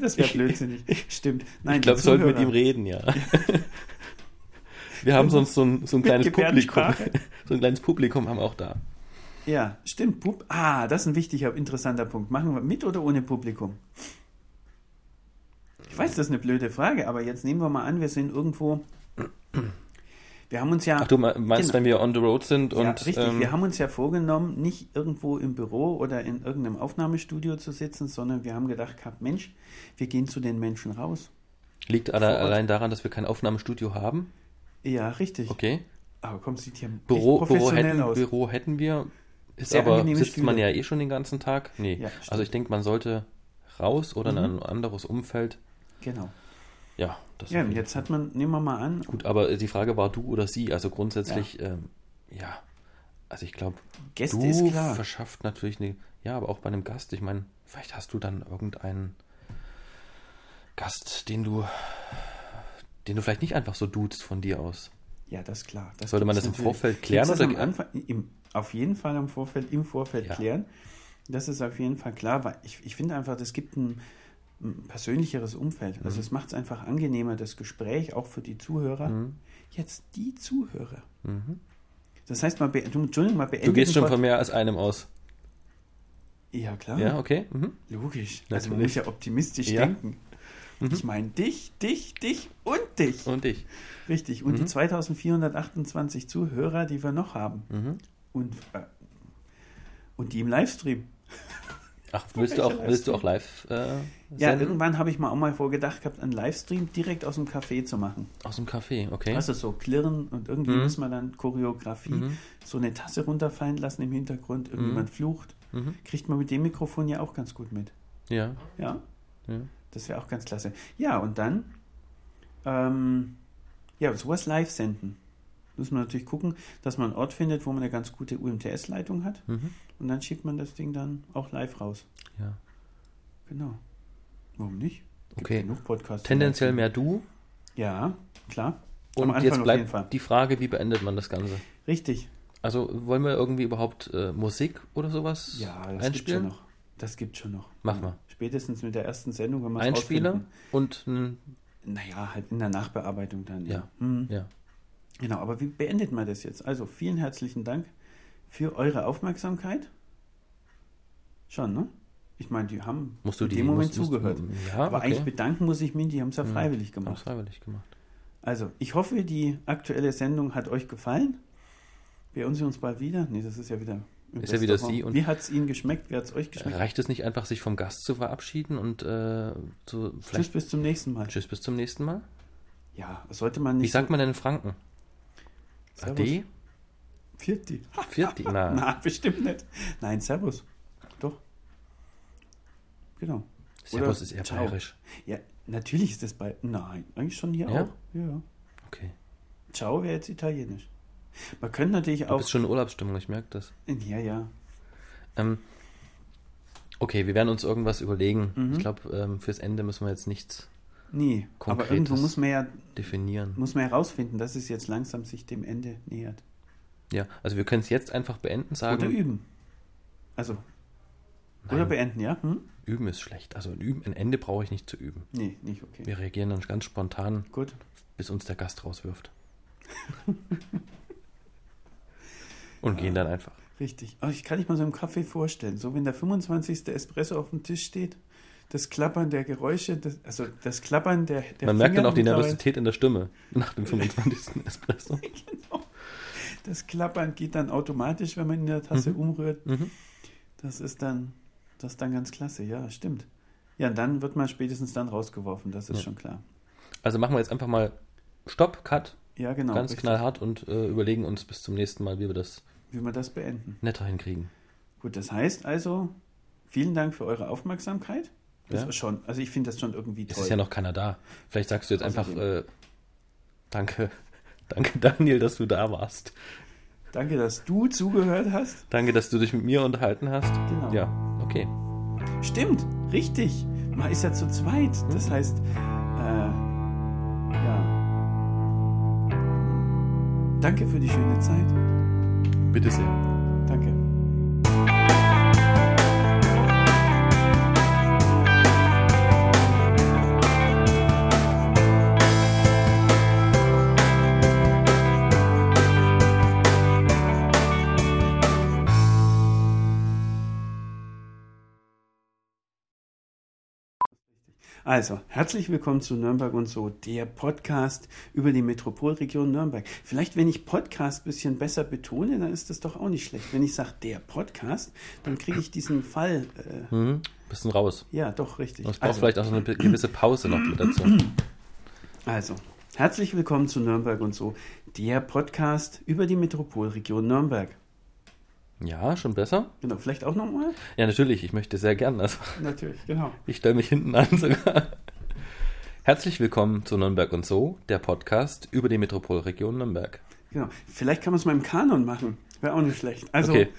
[SPEAKER 1] Das wäre blödsinnig. Stimmt. Nein,
[SPEAKER 2] Ich glaube,
[SPEAKER 1] den
[SPEAKER 2] wir sollten mit
[SPEAKER 1] Zuhörer.
[SPEAKER 2] ihm reden, ja. Wir haben sonst so ein, so ein kleines Publikum.
[SPEAKER 1] Gebärdensprache.
[SPEAKER 2] So ein kleines Publikum haben wir auch da.
[SPEAKER 1] Ja, stimmt. Pub ah, das ist ein wichtiger, interessanter Punkt. Machen wir mit oder ohne Publikum? Ich weiß, das ist eine blöde Frage, aber jetzt nehmen wir mal an, wir sind irgendwo. Wir haben uns ja.
[SPEAKER 2] Ach, du me- meinst,
[SPEAKER 1] Genau.
[SPEAKER 2] wenn wir on the road sind und.
[SPEAKER 1] ja, richtig,
[SPEAKER 2] ähm,
[SPEAKER 1] wir haben uns ja vorgenommen, nicht irgendwo im Büro oder in irgendeinem Aufnahmestudio zu sitzen, sondern wir haben gedacht gehabt, Mensch, wir gehen zu den Menschen raus.
[SPEAKER 2] liegt
[SPEAKER 1] vor
[SPEAKER 2] alle,
[SPEAKER 1] Ort.
[SPEAKER 2] allein daran, dass wir kein Aufnahmestudio haben.
[SPEAKER 1] Ja, richtig.
[SPEAKER 2] Okay.
[SPEAKER 1] Aber komm, sieht hier echt
[SPEAKER 2] Büro, Büro,
[SPEAKER 1] professionell
[SPEAKER 2] hätten,
[SPEAKER 1] aus.
[SPEAKER 2] Büro hätten wir. Ist
[SPEAKER 1] Sehr
[SPEAKER 2] aber,
[SPEAKER 1] angenehme
[SPEAKER 2] sitzt man ja
[SPEAKER 1] Stühle.
[SPEAKER 2] eh schon den ganzen Tag? Nee.
[SPEAKER 1] Ja, stimmt. Mhm.
[SPEAKER 2] also ich denke, man sollte raus oder in ein anderes Umfeld.
[SPEAKER 1] Genau.
[SPEAKER 2] Ja, das
[SPEAKER 1] Ja,
[SPEAKER 2] auf
[SPEAKER 1] und
[SPEAKER 2] jeden
[SPEAKER 1] jetzt hat man, nehmen wir mal an,
[SPEAKER 2] Gut, aber äh, die Frage war du oder sie. Also grundsätzlich, ja. Ähm, ja. Also ich glaube,
[SPEAKER 1] Gäste
[SPEAKER 2] du
[SPEAKER 1] ist klar.
[SPEAKER 2] verschafft natürlich eine. Ja, aber auch bei einem Gast. Ich meine, vielleicht hast du dann irgendeinen Gast, den du, den du vielleicht nicht einfach so duzt von dir aus.
[SPEAKER 1] Ja, das ist klar. Das
[SPEAKER 2] Sollte man
[SPEAKER 1] gibt's
[SPEAKER 2] das im
[SPEAKER 1] natürlich.
[SPEAKER 2] Vorfeld klären
[SPEAKER 1] Gibt's
[SPEAKER 2] oder-
[SPEAKER 1] das am Anfang, im, auf jeden Fall im Vorfeld, im Vorfeld
[SPEAKER 2] Ja.
[SPEAKER 1] klären. Das ist auf jeden Fall klar, weil ich, ich finde einfach, das gibt ein, ein persönlicheres Umfeld.
[SPEAKER 2] Mhm.
[SPEAKER 1] Also es macht es einfach angenehmer, das Gespräch, auch für die Zuhörer.
[SPEAKER 2] Mhm.
[SPEAKER 1] Jetzt die Zuhörer. Das heißt, mal, be, du, Entschuldigung, mal Ah. beenden.
[SPEAKER 2] Du gehst schon
[SPEAKER 1] wir-
[SPEAKER 2] von mehr als einem aus.
[SPEAKER 1] Ja, klar.
[SPEAKER 2] Ja, okay. Mhm.
[SPEAKER 1] Logisch. Also man
[SPEAKER 2] Natürlich.
[SPEAKER 1] muss ja optimistisch
[SPEAKER 2] Ja. Mhm.
[SPEAKER 1] denken. Ich meine dich, dich, dich und dich.
[SPEAKER 2] Und mhm. ich.
[SPEAKER 1] Richtig. Und die 2428 Zuhörer, die wir noch haben.
[SPEAKER 2] Mhm.
[SPEAKER 1] Und, äh, und die im Livestream.
[SPEAKER 2] Ach, willst du auch,
[SPEAKER 1] Welcher
[SPEAKER 2] willst du auch live äh,
[SPEAKER 1] Ja,
[SPEAKER 2] senden?
[SPEAKER 1] irgendwann habe ich mal auch mal vorgedacht gehabt, einen Livestream direkt aus dem Café zu machen.
[SPEAKER 2] Aus dem Café, okay.
[SPEAKER 1] Also so klirren und irgendwie müssen wir dann Choreografie, so eine Tasse runterfallen lassen im Hintergrund, irgendjemand flucht. Kriegt man mit dem Mikrofon ja auch ganz gut mit.
[SPEAKER 2] Mhm. Ja.
[SPEAKER 1] Ja,
[SPEAKER 2] ja.
[SPEAKER 1] das wäre auch ganz klasse. Ja, und dann, ähm, ja, sowas live senden. Müssen wir natürlich gucken, dass man einen Ort findet, wo man eine ganz gute UMTS-Leitung hat.
[SPEAKER 2] Mhm.
[SPEAKER 1] Und dann schiebt man das Ding dann auch live raus.
[SPEAKER 2] ja.
[SPEAKER 1] Genau. Warum nicht?
[SPEAKER 2] Okay.
[SPEAKER 1] Genug Podcasts.
[SPEAKER 2] Tendenziell mehr du.
[SPEAKER 1] Ja, klar. Am
[SPEAKER 2] Und
[SPEAKER 1] Anfang
[SPEAKER 2] jetzt
[SPEAKER 1] auf jeden Fall.
[SPEAKER 2] bleibt die Frage, wie beendet man das Ganze?
[SPEAKER 1] Richtig.
[SPEAKER 2] Also wollen wir irgendwie überhaupt äh, Musik oder sowas
[SPEAKER 1] Ja, das gibt schon
[SPEAKER 2] einspielen?
[SPEAKER 1] noch. Das gibt schon noch.
[SPEAKER 2] Mach mal.
[SPEAKER 1] Spätestens mit der ersten Sendung, wenn man
[SPEAKER 2] Einspieler und ein,
[SPEAKER 1] Naja, halt in der Nachbearbeitung dann.
[SPEAKER 2] ja,
[SPEAKER 1] Mhm.
[SPEAKER 2] ja.
[SPEAKER 1] Genau, aber wie beendet man das jetzt? Also vielen herzlichen Dank für eure Aufmerksamkeit. Schon, ne? Ich meine, die haben
[SPEAKER 2] Musst du
[SPEAKER 1] in
[SPEAKER 2] die
[SPEAKER 1] dem Moment
[SPEAKER 2] musst, musst-
[SPEAKER 1] zugehört.
[SPEAKER 2] ja,
[SPEAKER 1] aber
[SPEAKER 2] okay. Hm.
[SPEAKER 1] eigentlich bedanken muss ich mich, die haben es ja freiwillig
[SPEAKER 2] Haben
[SPEAKER 1] gemacht.
[SPEAKER 2] es freiwillig gemacht.
[SPEAKER 1] Also, ich hoffe, die aktuelle Sendung hat euch gefallen. Wir hören sie uns bald wieder. Nee, das ist ja wieder. im
[SPEAKER 2] Ist ja wieder
[SPEAKER 1] Restaurant.
[SPEAKER 2] sie und-
[SPEAKER 1] Wie hat es Ihnen geschmeckt? Wie hat es euch geschmeckt?
[SPEAKER 2] Reicht es nicht einfach, sich vom Gast zu verabschieden und äh, zu,
[SPEAKER 1] Tschüss,
[SPEAKER 2] vielleicht
[SPEAKER 1] bis zum nächsten Mal.
[SPEAKER 2] tschüss. bis zum nächsten Mal?
[SPEAKER 1] Ja, das sollte man
[SPEAKER 2] Wie
[SPEAKER 1] nicht.
[SPEAKER 2] sagt man denn in Franken?
[SPEAKER 1] Servus.
[SPEAKER 2] Ade? Ah.
[SPEAKER 1] Vierti.
[SPEAKER 2] Vierti? Na,
[SPEAKER 1] Na, bestimmt nicht. Nein, Servus. Doch. Genau.
[SPEAKER 2] Servus
[SPEAKER 1] Oder
[SPEAKER 2] ist eher
[SPEAKER 1] Ciao.
[SPEAKER 2] bayerisch.
[SPEAKER 1] Ja, natürlich ist das bei. Nein, eigentlich schon hier
[SPEAKER 2] Ja?
[SPEAKER 1] auch. Ja.
[SPEAKER 2] Okay.
[SPEAKER 1] Ciao wäre jetzt italienisch. Man könnte natürlich
[SPEAKER 2] Du
[SPEAKER 1] auch.
[SPEAKER 2] bist schon in Urlaubsstimmung, ich merke das.
[SPEAKER 1] Ja, ja.
[SPEAKER 2] Ähm, okay, wir werden uns irgendwas überlegen.
[SPEAKER 1] Mhm.
[SPEAKER 2] Ich glaube, ähm, fürs Ende müssen wir jetzt nichts
[SPEAKER 1] Nee. Aber
[SPEAKER 2] Konkretes.
[SPEAKER 1] irgendwo muss man ja
[SPEAKER 2] definieren.
[SPEAKER 1] muss man herausfinden, dass es jetzt langsam sich dem Ende nähert.
[SPEAKER 2] Ja, also wir können es jetzt einfach beenden, sagen.
[SPEAKER 1] Oder üben. Also, oder
[SPEAKER 2] Nein.
[SPEAKER 1] beenden, ja? Hm?
[SPEAKER 2] Üben ist schlecht. Also ein, üben, ein Ende brauche ich nicht zu üben.
[SPEAKER 1] Nee, nicht okay.
[SPEAKER 2] Wir reagieren dann ganz spontan,
[SPEAKER 1] Gut.
[SPEAKER 2] bis uns der Gast rauswirft. Und gehen dann einfach.
[SPEAKER 1] Richtig. Aber ich kann nicht mal so im Kaffee vorstellen. So, wenn der 25. Espresso auf dem Tisch steht, das Klappern der Geräusche, das, also das Klappern der, der
[SPEAKER 2] Man merkt dann
[SPEAKER 1] Finger
[SPEAKER 2] auch die
[SPEAKER 1] mittlerweile.
[SPEAKER 2] Nervosität in der Stimme nach dem 25. Espresso.
[SPEAKER 1] Das Klappern geht dann automatisch, wenn man in der Tasse umrührt.
[SPEAKER 2] Mhm.
[SPEAKER 1] Das ist dann, das ist dann ganz klasse, ja, stimmt. Ja, und dann wird man spätestens dann rausgeworfen, das ist schon klar.
[SPEAKER 2] Also machen wir jetzt einfach mal Stopp, Cut,
[SPEAKER 1] Ja, genau.
[SPEAKER 2] ganz
[SPEAKER 1] richtig.
[SPEAKER 2] knallhart und äh, überlegen uns bis zum nächsten Mal, wie wir das
[SPEAKER 1] Wie wir das beenden.
[SPEAKER 2] netter hinkriegen.
[SPEAKER 1] Gut, das heißt also, vielen Dank für eure Aufmerksamkeit. Das
[SPEAKER 2] Ja.
[SPEAKER 1] ist schon, also ich finde das schon irgendwie
[SPEAKER 2] Es
[SPEAKER 1] toll.
[SPEAKER 2] ist ja noch keiner da. Vielleicht sagst du jetzt einfach, äh,
[SPEAKER 1] Außerdem.
[SPEAKER 2] danke, danke Daniel, dass du da warst.
[SPEAKER 1] Danke, dass du zugehört hast.
[SPEAKER 2] Danke, dass du dich mit mir unterhalten hast.
[SPEAKER 1] Genau.
[SPEAKER 2] Ja, okay.
[SPEAKER 1] Stimmt, richtig. Man ist ja zu zweit.
[SPEAKER 2] Mhm.
[SPEAKER 1] Das heißt, äh, ja. Danke für die schöne Zeit.
[SPEAKER 2] Bitte sehr.
[SPEAKER 1] Danke. Also, herzlich willkommen zu Nürnberg und so, der Podcast über die Metropolregion Nürnberg. Vielleicht, wenn ich Podcast ein bisschen besser betone, dann ist das doch auch nicht schlecht. Wenn ich sage, der Podcast, dann kriege ich diesen Fall. Äh,
[SPEAKER 2] Mhm. Bisschen raus.
[SPEAKER 1] ja, doch, richtig.
[SPEAKER 2] Und es braucht vielleicht auch so eine be- gewisse Pause noch mit dazu.
[SPEAKER 1] Also, herzlich willkommen zu Nürnberg und so, der Podcast über die Metropolregion Nürnberg.
[SPEAKER 2] Ja, schon besser.
[SPEAKER 1] Genau, vielleicht auch nochmal?
[SPEAKER 2] Ja, natürlich, ich möchte sehr gern. Also,
[SPEAKER 1] Natürlich, genau.
[SPEAKER 2] ich stelle mich hinten an sogar. Herzlich willkommen zu Nürnberg und so, der Podcast über die Metropolregion Nürnberg.
[SPEAKER 1] genau. Vielleicht kann man es mal im Kanon machen. Wäre auch nicht schlecht. Also,
[SPEAKER 2] Okay.
[SPEAKER 1] äh,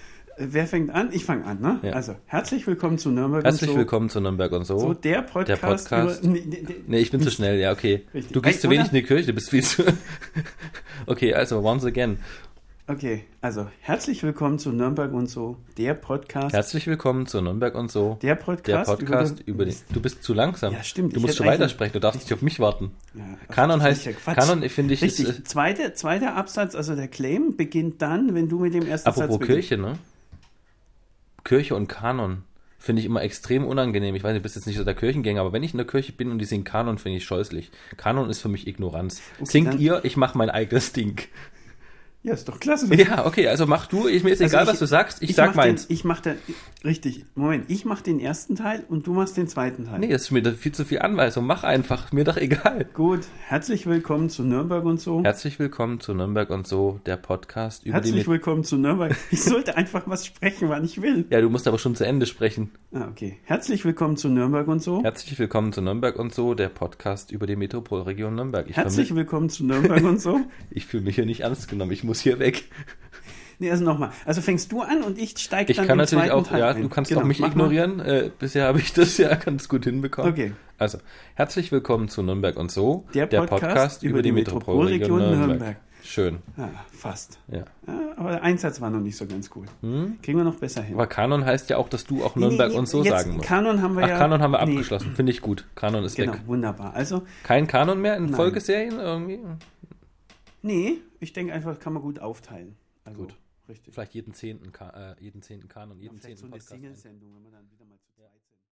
[SPEAKER 1] wer fängt an? Ich fange an, ne?
[SPEAKER 2] Ja.
[SPEAKER 1] Also, herzlich willkommen zu Nürnberg
[SPEAKER 2] Herzlich
[SPEAKER 1] und so.
[SPEAKER 2] willkommen zu Nürnberg und so.
[SPEAKER 1] So, der Podcast.
[SPEAKER 2] Oh, Podcast.
[SPEAKER 1] Über, nee, nee, nee.
[SPEAKER 2] Nee, ich bin zu schnell, ja, okay.
[SPEAKER 1] Richtig.
[SPEAKER 2] Du gehst
[SPEAKER 1] Ey,
[SPEAKER 2] zu wenig
[SPEAKER 1] oder?
[SPEAKER 2] in die Kirche, du bist viel zu. okay, also, once again.
[SPEAKER 1] Okay, also, herzlich willkommen zu Nürnberg und so, der Podcast.
[SPEAKER 2] Herzlich willkommen zu Nürnberg und so.
[SPEAKER 1] der Podcast.
[SPEAKER 2] Der Podcast über den. Du bist zu langsam.
[SPEAKER 1] Ja, stimmt,
[SPEAKER 2] Du
[SPEAKER 1] ich
[SPEAKER 2] musst
[SPEAKER 1] hätte
[SPEAKER 2] schon
[SPEAKER 1] eigentlich-
[SPEAKER 2] weitersprechen, du darfst nicht auf mich warten.
[SPEAKER 1] Ja, ach,
[SPEAKER 2] Kanon
[SPEAKER 1] das ist
[SPEAKER 2] heißt.
[SPEAKER 1] ja Quatsch.
[SPEAKER 2] Kanon, ich finde ich. ist,
[SPEAKER 1] Richtig.
[SPEAKER 2] äh,
[SPEAKER 1] Zweite, zweiter Absatz, also der Claim, beginnt dann, wenn du mit dem ersten Satz
[SPEAKER 2] Apropos
[SPEAKER 1] beginnst.
[SPEAKER 2] Kirche, ne? Kirche und Kanon finde ich immer extrem unangenehm. Ich weiß, du bist jetzt nicht so der Kirchengänger, aber wenn ich in der Kirche bin und die singen Kanon, finde ich scheußlich. Kanon ist für mich Ignoranz. Singt
[SPEAKER 1] dann-
[SPEAKER 2] ihr, ich mache mein eigenes Ding.
[SPEAKER 1] Ja, ist doch klasse.
[SPEAKER 2] Ja, okay, also mach du, ich, mir ist
[SPEAKER 1] Also
[SPEAKER 2] egal,
[SPEAKER 1] ich-
[SPEAKER 2] was du sagst, ich, sag
[SPEAKER 1] mach den,
[SPEAKER 2] meins.
[SPEAKER 1] Ich mach den, richtig, Moment, ich mach den ersten Teil und du machst den zweiten Teil.
[SPEAKER 2] nee, das ist mir da viel zu viel Anweisung, mach einfach, mir doch egal.
[SPEAKER 1] Gut, herzlich willkommen zu Nürnberg und so.
[SPEAKER 2] Herzlich willkommen zu Nürnberg und so, der Podcast über
[SPEAKER 1] Herzlich
[SPEAKER 2] die... Met-
[SPEAKER 1] willkommen zu Nürnberg. Ich sollte einfach was sprechen, wann ich will.
[SPEAKER 2] Ja, du musst aber schon zu Ende sprechen.
[SPEAKER 1] Ah, okay. Herzlich willkommen zu Nürnberg und so.
[SPEAKER 2] Herzlich willkommen zu Nürnberg und so, der Podcast über die Metropolregion Nürnberg. Ich
[SPEAKER 1] Herzlich willkommen zu Nürnberg und so.
[SPEAKER 2] Ich fühle mich hier nicht ernst genommen. Ich muss hier weg.
[SPEAKER 1] Nee, also nochmal. Also fängst du an und ich steige
[SPEAKER 2] Ich
[SPEAKER 1] dann
[SPEAKER 2] kann
[SPEAKER 1] im
[SPEAKER 2] natürlich
[SPEAKER 1] zweiten
[SPEAKER 2] auch,
[SPEAKER 1] Teil
[SPEAKER 2] ja,
[SPEAKER 1] ein.
[SPEAKER 2] du kannst
[SPEAKER 1] Genau,
[SPEAKER 2] auch mich
[SPEAKER 1] mach mal.
[SPEAKER 2] ignorieren. Äh, bisher habe ich das ja ganz gut hinbekommen.
[SPEAKER 1] Okay.
[SPEAKER 2] Also, herzlich willkommen zu Nürnberg und so,
[SPEAKER 1] Der Podcast über die Metropolregion Nürnberg.
[SPEAKER 2] Schön,
[SPEAKER 1] Ah, fast.
[SPEAKER 2] ja.
[SPEAKER 1] Ja, aber der Einsatz war noch nicht so ganz cool.
[SPEAKER 2] Hm?
[SPEAKER 1] Kriegen wir noch besser hin.
[SPEAKER 2] Aber Kanon heißt ja auch, dass du auch
[SPEAKER 1] Nee, nee,
[SPEAKER 2] Nürnberg
[SPEAKER 1] nee,
[SPEAKER 2] und so
[SPEAKER 1] jetzt
[SPEAKER 2] sagen musst.
[SPEAKER 1] Kanon haben wir
[SPEAKER 2] Ach,
[SPEAKER 1] ja.
[SPEAKER 2] Kanon haben wir
[SPEAKER 1] nee,
[SPEAKER 2] abgeschlossen. Finde ich gut. Kanon ist
[SPEAKER 1] Genau,
[SPEAKER 2] weg.
[SPEAKER 1] wunderbar. Also,
[SPEAKER 2] Kein Kanon mehr in
[SPEAKER 1] Nein.
[SPEAKER 2] Folgeserien irgendwie?
[SPEAKER 1] nee, ich denke einfach, kann man gut aufteilen. Also,
[SPEAKER 2] Gut.
[SPEAKER 1] Richtig.
[SPEAKER 2] Vielleicht jeden zehnten, Ka äh, jeden zehnten Kanon, jeden
[SPEAKER 1] Vielleicht
[SPEAKER 2] zehnten
[SPEAKER 1] so eine
[SPEAKER 2] Podcast.
[SPEAKER 1] Single-Sendung, wenn man dann wieder mal.